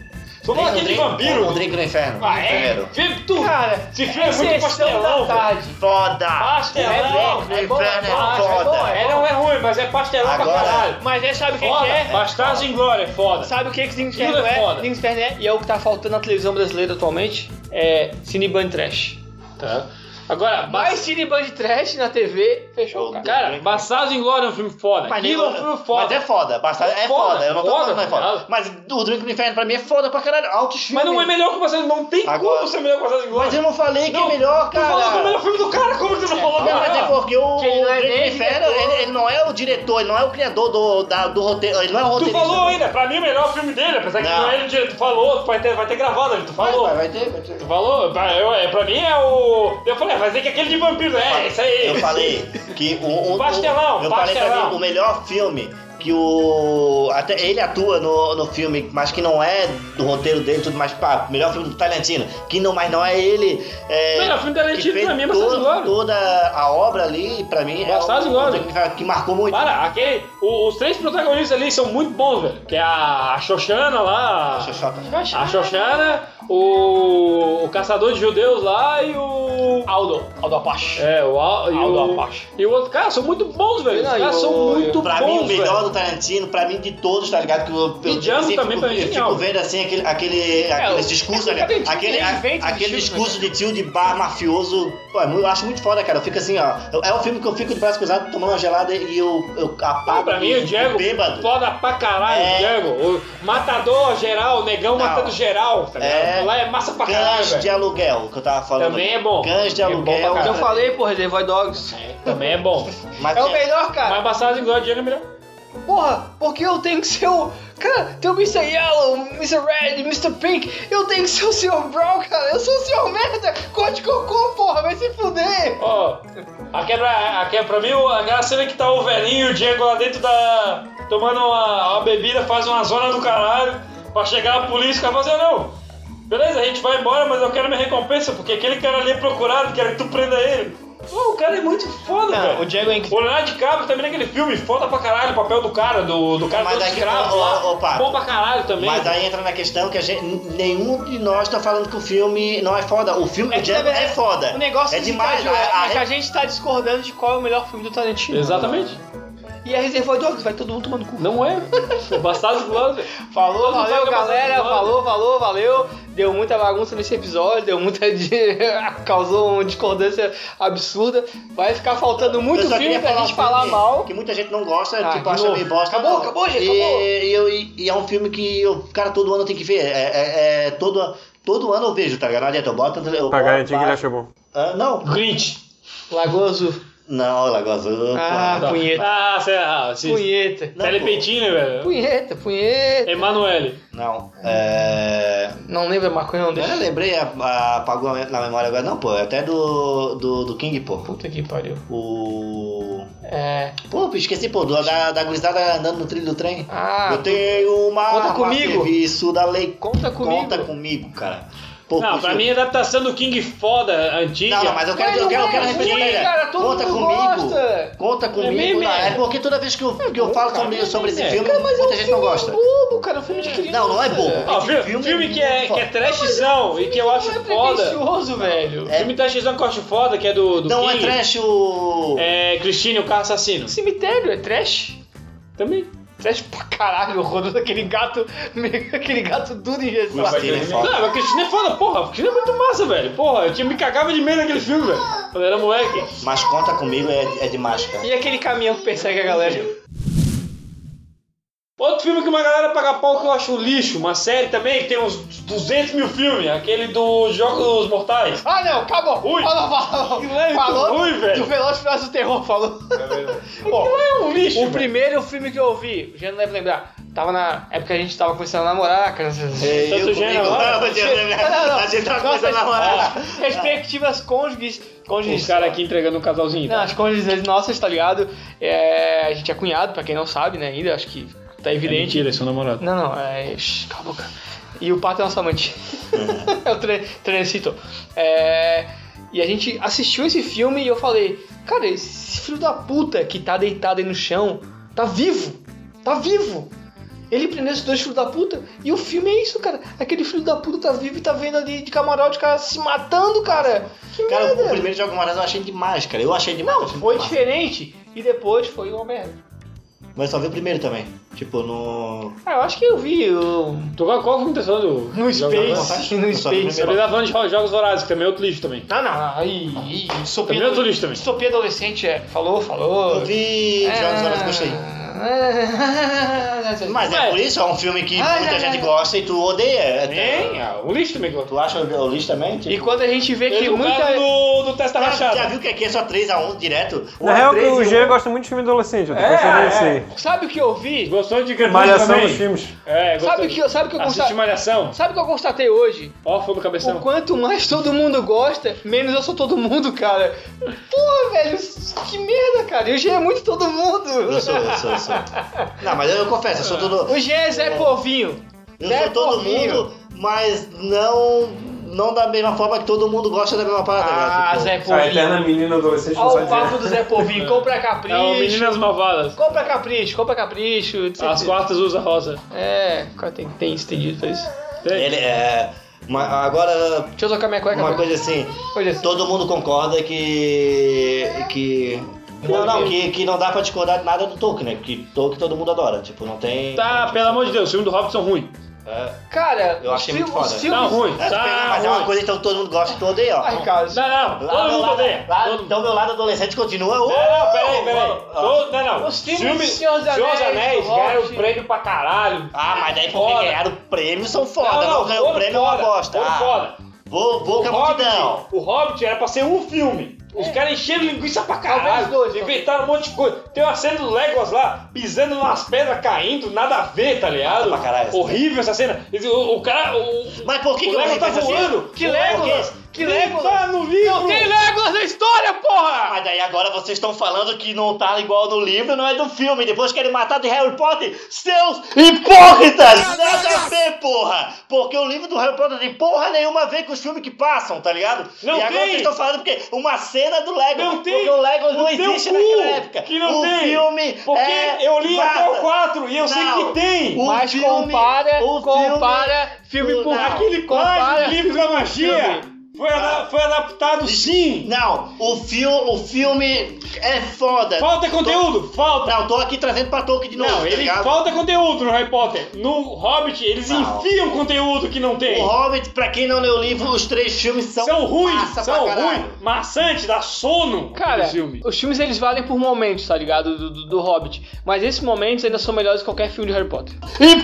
Vamos lá,
Tem o
aquele de
Drake-
é vampiro.
O Drake no Inferno.
Ah, é?
Primeiro.
Vê tu.
Cara,
Esse filme é muito
Sessão
pastelão,
da
velho.
tarde.
Foda!
Pastelão.
Drake no Inferno é
bom, é bom,
foda.
É, não é ruim, mas é pastelão pra
Agora-
caralho.
Mas é, sabe o que, que
Foda.
é?
Bastardos Inglórios é foda.
Sabe o que que Zings
Aquilo
Inferno
é
é?
foda.
Zings Inferno é, e é o que tá faltando na televisão brasileira atualmente, é Cineband Trash.
Tá. Agora,
Mais Cineband Trash na TV, fechou, cara.
Cara, Bastardos Inglórios é um filme foda.
Mas,
Aquilo é um
nem-
filme foda.
mas é foda, basta, é
Foda,
foda, eu não tô
foda,
falando que não é foda.
cara.
Mas o Drink no Inferno pra mim é foda pra caralho, alto filme.
Mas não é melhor que o Bastardos Não tem
Agora-
como ser melhor que o Bastardos
Mas
Inglórios.
eu não falei que é melhor, cara.
Tu falou que é o melhor filme do cara, como que você não falou,
Não,
cara?
mas é porque o,
Que ele não é
o Drake
nem
no Inferno,
diretor.
ele, ele não é o diretor, ele não é o criador do, da- do roteiro, ele não é o
Tu
roteirista.
falou ainda, pra mim o melhor filme dele, apesar que
Não.
não é ele direito, tu falou, tu vai ter, vai ter gravado ali, tu falou.
Vai, vai, vai ter, vai ter.
Tu falou, pra, eu, é, pra mim é o. Eu falei, vai dizer que é aquele de vampiro, é, isso aí.
Eu falei que o. o- o-
Pastelão,
eu falei pra
pastelão.
mim, o melhor filme que o. Até ele atua no, no filme, mas que não é do roteiro dele e tudo mais. Pá, o melhor filme do Tarantino, que não, mas não é ele. É,
Melhor filme do Tarantino
que fez
pra mim é Bastardos
to-
Inglórios.
Toda a obra ali, pra mim,
Bastardos
é o-
Inglórios.
o que marcou muito.
Para, aquele, o- os três protagonistas ali são muito bons, velho. Que é a, a Xoxana lá.
A Xoxota.
A Xoxana, o, o caçador de judeus lá e o.
Aldo, Aldo Apache.
É, o Al, e
Aldo
o,
Apache.
E o outro cara, são muito bons, velho. Os
Não, e
caras
o-
são muito
Pra mim,
bons,
o melhor
velho.
do Tarantino, pra mim, de todos, tá ligado? Que eu,
E Django também, pra mim, é
eu
genial.
fico vendo assim aquele, aquele, aqueles
o-
discursos,
o
né?
Tarantino
aquele,
ele
a-
inventa
aquele
discurso,
discurso de tio de bar mafioso. Pô, é mu- eu acho muito foda, cara. Eu fico assim, ó. eu- É o filme que eu fico de braço cruzado tomando uma gelada e eu, eu apago.
Pra mim, o Diego,
bêbado.
foda pra caralho,
É.
o Diego. O matador geral, o negão
Não.
matando geral, tá ligado?
É.
Lá é massa pra caralho,
Cães de
velho.
aluguel, que eu tava falando.
Também é bom.
Cães de
É bom pra
aluguel.
caralho.
Eu falei, pô, Reservoir Dogs.
Também
(laughs)
é bom.
mas
É o
é-
melhor, cara.
Mas Bastardos igual o Diego é melhor.
Porra, porque eu tenho que ser o. Cara, tem o Mr. Yellow, Mr. Red, Mr. Pink. Eu tenho que ser o Sr. Brown, cara. Eu sou o Sr. Merda. Cor de cocô, porra. Vai se fuder.
Ó, aqui é pra, aqui é pra mim o- aquela cena que tá o velhinho e o Diego lá dentro da. tomando uma, uma bebida, faz uma zona do caralho, pra chegar a polícia, o cara fala assim, não. Beleza, a gente vai embora, mas eu quero minha recompensa, porque aquele cara ali é procurado, quero que tu prenda ele. Pô, o cara é muito foda,
Não,
velho.
o Diego é inc-
O Leonardo DiCaprio também naquele filme, foda pra caralho o papel do cara, do, do cara
Mas
do
aí que-
escravo
ó,
lá.
ó, Pato.
Bom pra caralho também.
Mas aí entra na questão que a gente, nenhum de nós tá falando que o filme não é foda. O filme, o
que, na
Django é
verdade,
foda.
tipo, O negócio
é demais.
de
A, a-
é que a gente tá discordando de qual é o melhor filme do Tarantino.
Exatamente.
E a Reservoir Dogs vai todo mundo tomando cu.
Não é. Bastardos Inglórios. velho.
Falou,
Todo mundo
valeu,
sabe que é
galera.
Bastardos
Falou,
Inglórios.
falou, valeu. Deu muita bagunça nesse episódio, deu muita. De... (laughs) causou uma discordância absurda. Vai ficar faltando muito
Eu só
filme
queria
pra
falar
gente
um filme
falar mal.
Que muita gente não gosta,
Ah,
tipo,
de
acha
novo.
meio bosta.
Acabou,
não.
acabou, gente,
e,
acabou.
E, eu- e- e é um filme que eu, cara, todo ano tem que ver. É, é- é- todo, todo ano eu vejo, tá ligado? Não adianta, eu boto. Eu
Pra
boto-
garantir que ele achou bom.
Ah, não.
Grinch.
Lagoa Azul.
Não, Lagoa Azul.
Ah,
porra.
punheta.
Ah, sei lá, se-
Punheta.
Não, pô.
Telepeitinho, né, velho.
Punheta, punheta.
Emanuele.
Não. É.
Não lembra maconha, não
Eu
deixa.
lembrei, a- a- apagou a me- na memória agora. Não, pô, é até do, do, do King, pô.
Puta que pariu.
O.
É.
Pô, esqueci, pô, do- da, da gurizada andando no trilho do trem.
Ah,
eu tenho uma.
Conta
arma a
comigo.
serviço da lei.
Conta comigo.
Conta comigo, cara. Pô,
Não,
puxa,
pra mim é adaptação do King foda, antiga.
Não, não, mas eu quero,
Mas
eu quero, eu
não
quero
é
repetir,
ruim,
velho.
cara, todo
Conta
mundo
comigo.
gosta. cara.
Conta
meio
comigo, na
merda.
é porque toda vez que eu, que eu falo sobre, sobre esse filme,
Cara, mas é um
muita gente não
filme
gosta.
bobo, cara. É um filme de criança.
Não, não é bobo.
Ah, filme,
Filme-
filme que é, que é trashzão e que eu
Não
acho
é
foda.
pretencioso, velho.
É.
Filme trashzão que eu acho foda, que é do. do
Não é
King.
trash o.
É Cristine, o carro assassino.
Cemitério é trash?
Também.
Trash pra caralho, o Rodolfo, aquele gato, (laughs) meio- aquele gato duro engessado.
Gostei, né? Foda.
Não, mas Cristine é foda, porra. Cristine é muito massa, velho. Porra, eu tinha, me cagava de medo naquele filme, velho. Quando eu era moleque.
Mas conta comigo é, é demais, cara.
E aquele caminhão que persegue a galera.
Outro filme que uma galera paga pau que eu acho um lixo, uma série também, que tem uns 200 mil filmes, aquele dos Jogos Mortais.
Ah, não, acabou.
Ruim.
Falou, (laughs) falou.
Que leve,
falou
ruim, velho.
do Veloz Furioso do Terror, falou. (laughs) Bom,
É um lixo,
o
velho.
primeiro filme que eu vi, o Gênero deve lembrar, tava na época a gente tava começando a namorar, cara.
É, (laughs)
Tanto
eu
gênero,
comigo,
olha.
não, tinha- A gente tava
Nossa,
começando a namorar.
as- Perspectivas cônjuges. cônjuges
Os caras aqui entregando um casalzinho.
Não,
tá?
as cônjuges nossas, tá ligado? É, a gente é cunhado, pra quem não sabe, né? Ainda acho que tá
É
evidente.
mentira, é seu namorado.
Não, não, é. shh, Cala a boca. E o pato é nosso amante. (laughs) é o tre Trencito. É, E a gente assistiu esse filme e eu falei: Cara, esse filho da puta que tá deitado aí no chão tá vivo! Tá vivo! Ele prendeu esses dois filhos da puta e o filme é isso, cara. Aquele filho da puta tá vivo e tá vendo ali de camarote, cara, se matando, cara. Que
Cara,
merda!
o primeiro jogo Maras eu achei demais, cara. Eu achei demais.
Não,
achei
foi
demais.
diferente e depois foi uma merda.
Mas só vi o primeiro também. Tipo, no.
Ah, eu acho que eu vi o...
Tu qual qual filme tá falando?
no Space.
Mortais?
(laughs) No
Eu só vi o
Space.
Tá primeiro.
Ele tá falando de jo- Jogos Vorazes, que também é outro lixo também.
Não, não. Aí, sopia,
Também é outro lixo também.
sopia adolescente é. Falou, falou.
Eu vi
É.
Jogos Horas
(laughs)
gostei. Mas
Ué.
é por isso, é um filme que
Ah,
muita
já, já,
gente
já.
gosta e tu odeia. tá?
Tem, é um lixo também.
Tu acha o lixo também?
E
Tipo,
quando a gente vê que
Ele muita...
muita.
do, do Testa
cara, tu já
Rachada.
viu que aqui é só 3x1 direto?
Na real, que
um.
o Jean gosta muito de filme adolescente, eu tô
é.
pensando nisso aí.
Sabe o que eu vi?
Gostou de Crepúsculo
Malhação
também?
dos filmes.
É, gostou.
Sabe o que, eu- tá- sabe o que eu
Assiste
constatei?
Malhação.
Sabe o que eu constatei hoje?
Ó, fogo no
O
cabeção.
quanto mais todo mundo gosta, menos eu sou todo mundo, cara. Porra, velho, que merda, cara. E o G é muito todo mundo.
Eu sou, eu sou, eu sou. Não, mas eu, eu confesso, eu sou todo.
O é G é Zé Povinho.
Eu
Zé
sou todo
Povinho.
mundo, mas não. Não da mesma forma que todo mundo gosta da mesma parada. né?
Ah,
Tipo,
Zé
é A
Povinho.
eterna menina adolescente não
Olha o
sabe
papo
dizer.
do Zé Povinho. Compra
(laughs) É o
capricho.
Meninas Malvadas.
Compra capricho, compra capricho. etc.
As quartas usa rosa.
É, cara, tem, tem estendido pra isso.
Tem.
Ele é. Mas agora,
Deixa eu tocar minha cueca.
uma
velho.
coisa assim.
Olha assim.
Todo mundo concorda que. que. Não, não, que, que não dá pra discordar de nada do Tolkien, né? Que Tolkien todo mundo adora. Tipo, não tem.
Tá, pelo amor de Deus, os filmes do Hobbit são ruins.
É,
Cara,
Eu achei
os
muito
filmes-
foda.
os
Tá
filmes-
ruim,
É,
tá
mas é uma
ruim.
coisa então todo mundo gosta e todo odeia, ó.
Ai, cara.
Não, não, todo mundo É.
lá,
odeia.
lá,
Todo-
Então meu lado adolescente continua. Uh,
Não, não, peraí, peraí.
Ah.
Todo- não, não.
Os filmes
Filme-
de Senhor dos Anéis,
Senhor dos Anéis
Hobbit.
ganharam o prêmio pra caralho.
Ah, mas daí porque
Foda.
ganharam o prêmio são foda. Não, ganhou o
foram
prêmio é uma
foda,
bosta.
foram
Ah,
foda.
Vou, vou
O
com a
Hobbit,
multidão.
o Hobbit era pra ser um filme. Os
É.
caras encheram linguiça pra
Talvez
caralho.
dois,
então.
talvez.
inventaram um monte de coisa. Tem uma cena do Legolas lá, pisando nas pedras, caindo, nada a ver, tá ligado?
Pra caralho.
Horrível essa cena. Esse- O, o cara. O,
Mas por que
o
que o
Legolas tá
Legolas fez assim?
voando?
Que
O
Legolas? Que
nem
Legolas?
Tá no livro!
Não tem Legolas na história, porra!
Mas daí agora vocês estão falando que não tá igual no livro, não é do filme. Depois querem matar de Harry Potter, seus hipócritas! Nada a ver, porra! Porque o livro do Harry Potter tem porra nenhuma a ver com os filmes que passam, tá ligado?
Não
e agora
tem!
vocês estão falando porque uma cena do Lego.
Não tem!
Porque o Lego não
No teu
existe
cu,
naquela época.
Que não
o
tem.
filme
Porque
é
eu li até o
massa.
4 e eu sei que
Não.
tem.
O
Mas
filme-
compara,
o
compara filme,
o-
por
não.
Aquele
compara
quadro do livro da magia
filme.
foi, ada- foi adaptado sim.
Ah. Não, o, fil o filme é foda.
Falta conteúdo, falta.
Não, tô aqui trazendo pra Tolkien de novo.
Não,
tá
ele
ligado?
falta conteúdo no Harry Potter. No Hobbit, eles
Não.
enfiam conteúdo que não tem.
O Hobbit, pra quem não leu o livro, os três filmes são,
São ruins,
massa
são
pra caralho.
ruins. Maçante, dá sono.
Cara,
aquele filme.
os filmes eles valem por momentos, tá ligado? Do, do, do Hobbit. Mas esses momentos ainda são melhores que qualquer filme de Harry Potter.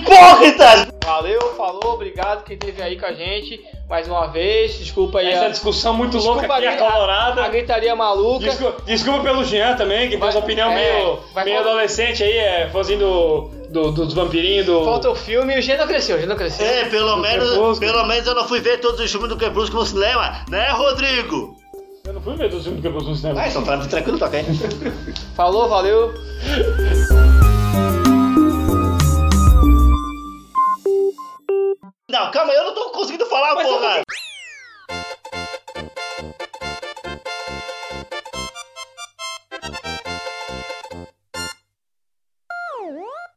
Hipócritas!
Valeu, falou, obrigado quem esteve aí com a gente mais uma vez. Desculpa aí.
Essa
a-
discussão muito louca aqui,
a, gri-
acalorada.
a gritaria maluca.
Desculpa, desculpa pelo Jean também, que
Vai-
fez uma opinião
é,
meio,
vai
meio
falar-
adolescente aí, é, fãzinho do, do- dos vampirinhos, do...
Falta o filme e o G não cresceu, o G não cresceu.
É, pelo menos,
Crepúsculo.
pelo menos eu não fui ver todos os filmes do Crepúsculo no cinema, né, Rodrigo?
Eu não fui ver dos filmes do Crepúsculo no cinema.
Ah, então tá tranquilo, toca aí.
Falou, valeu.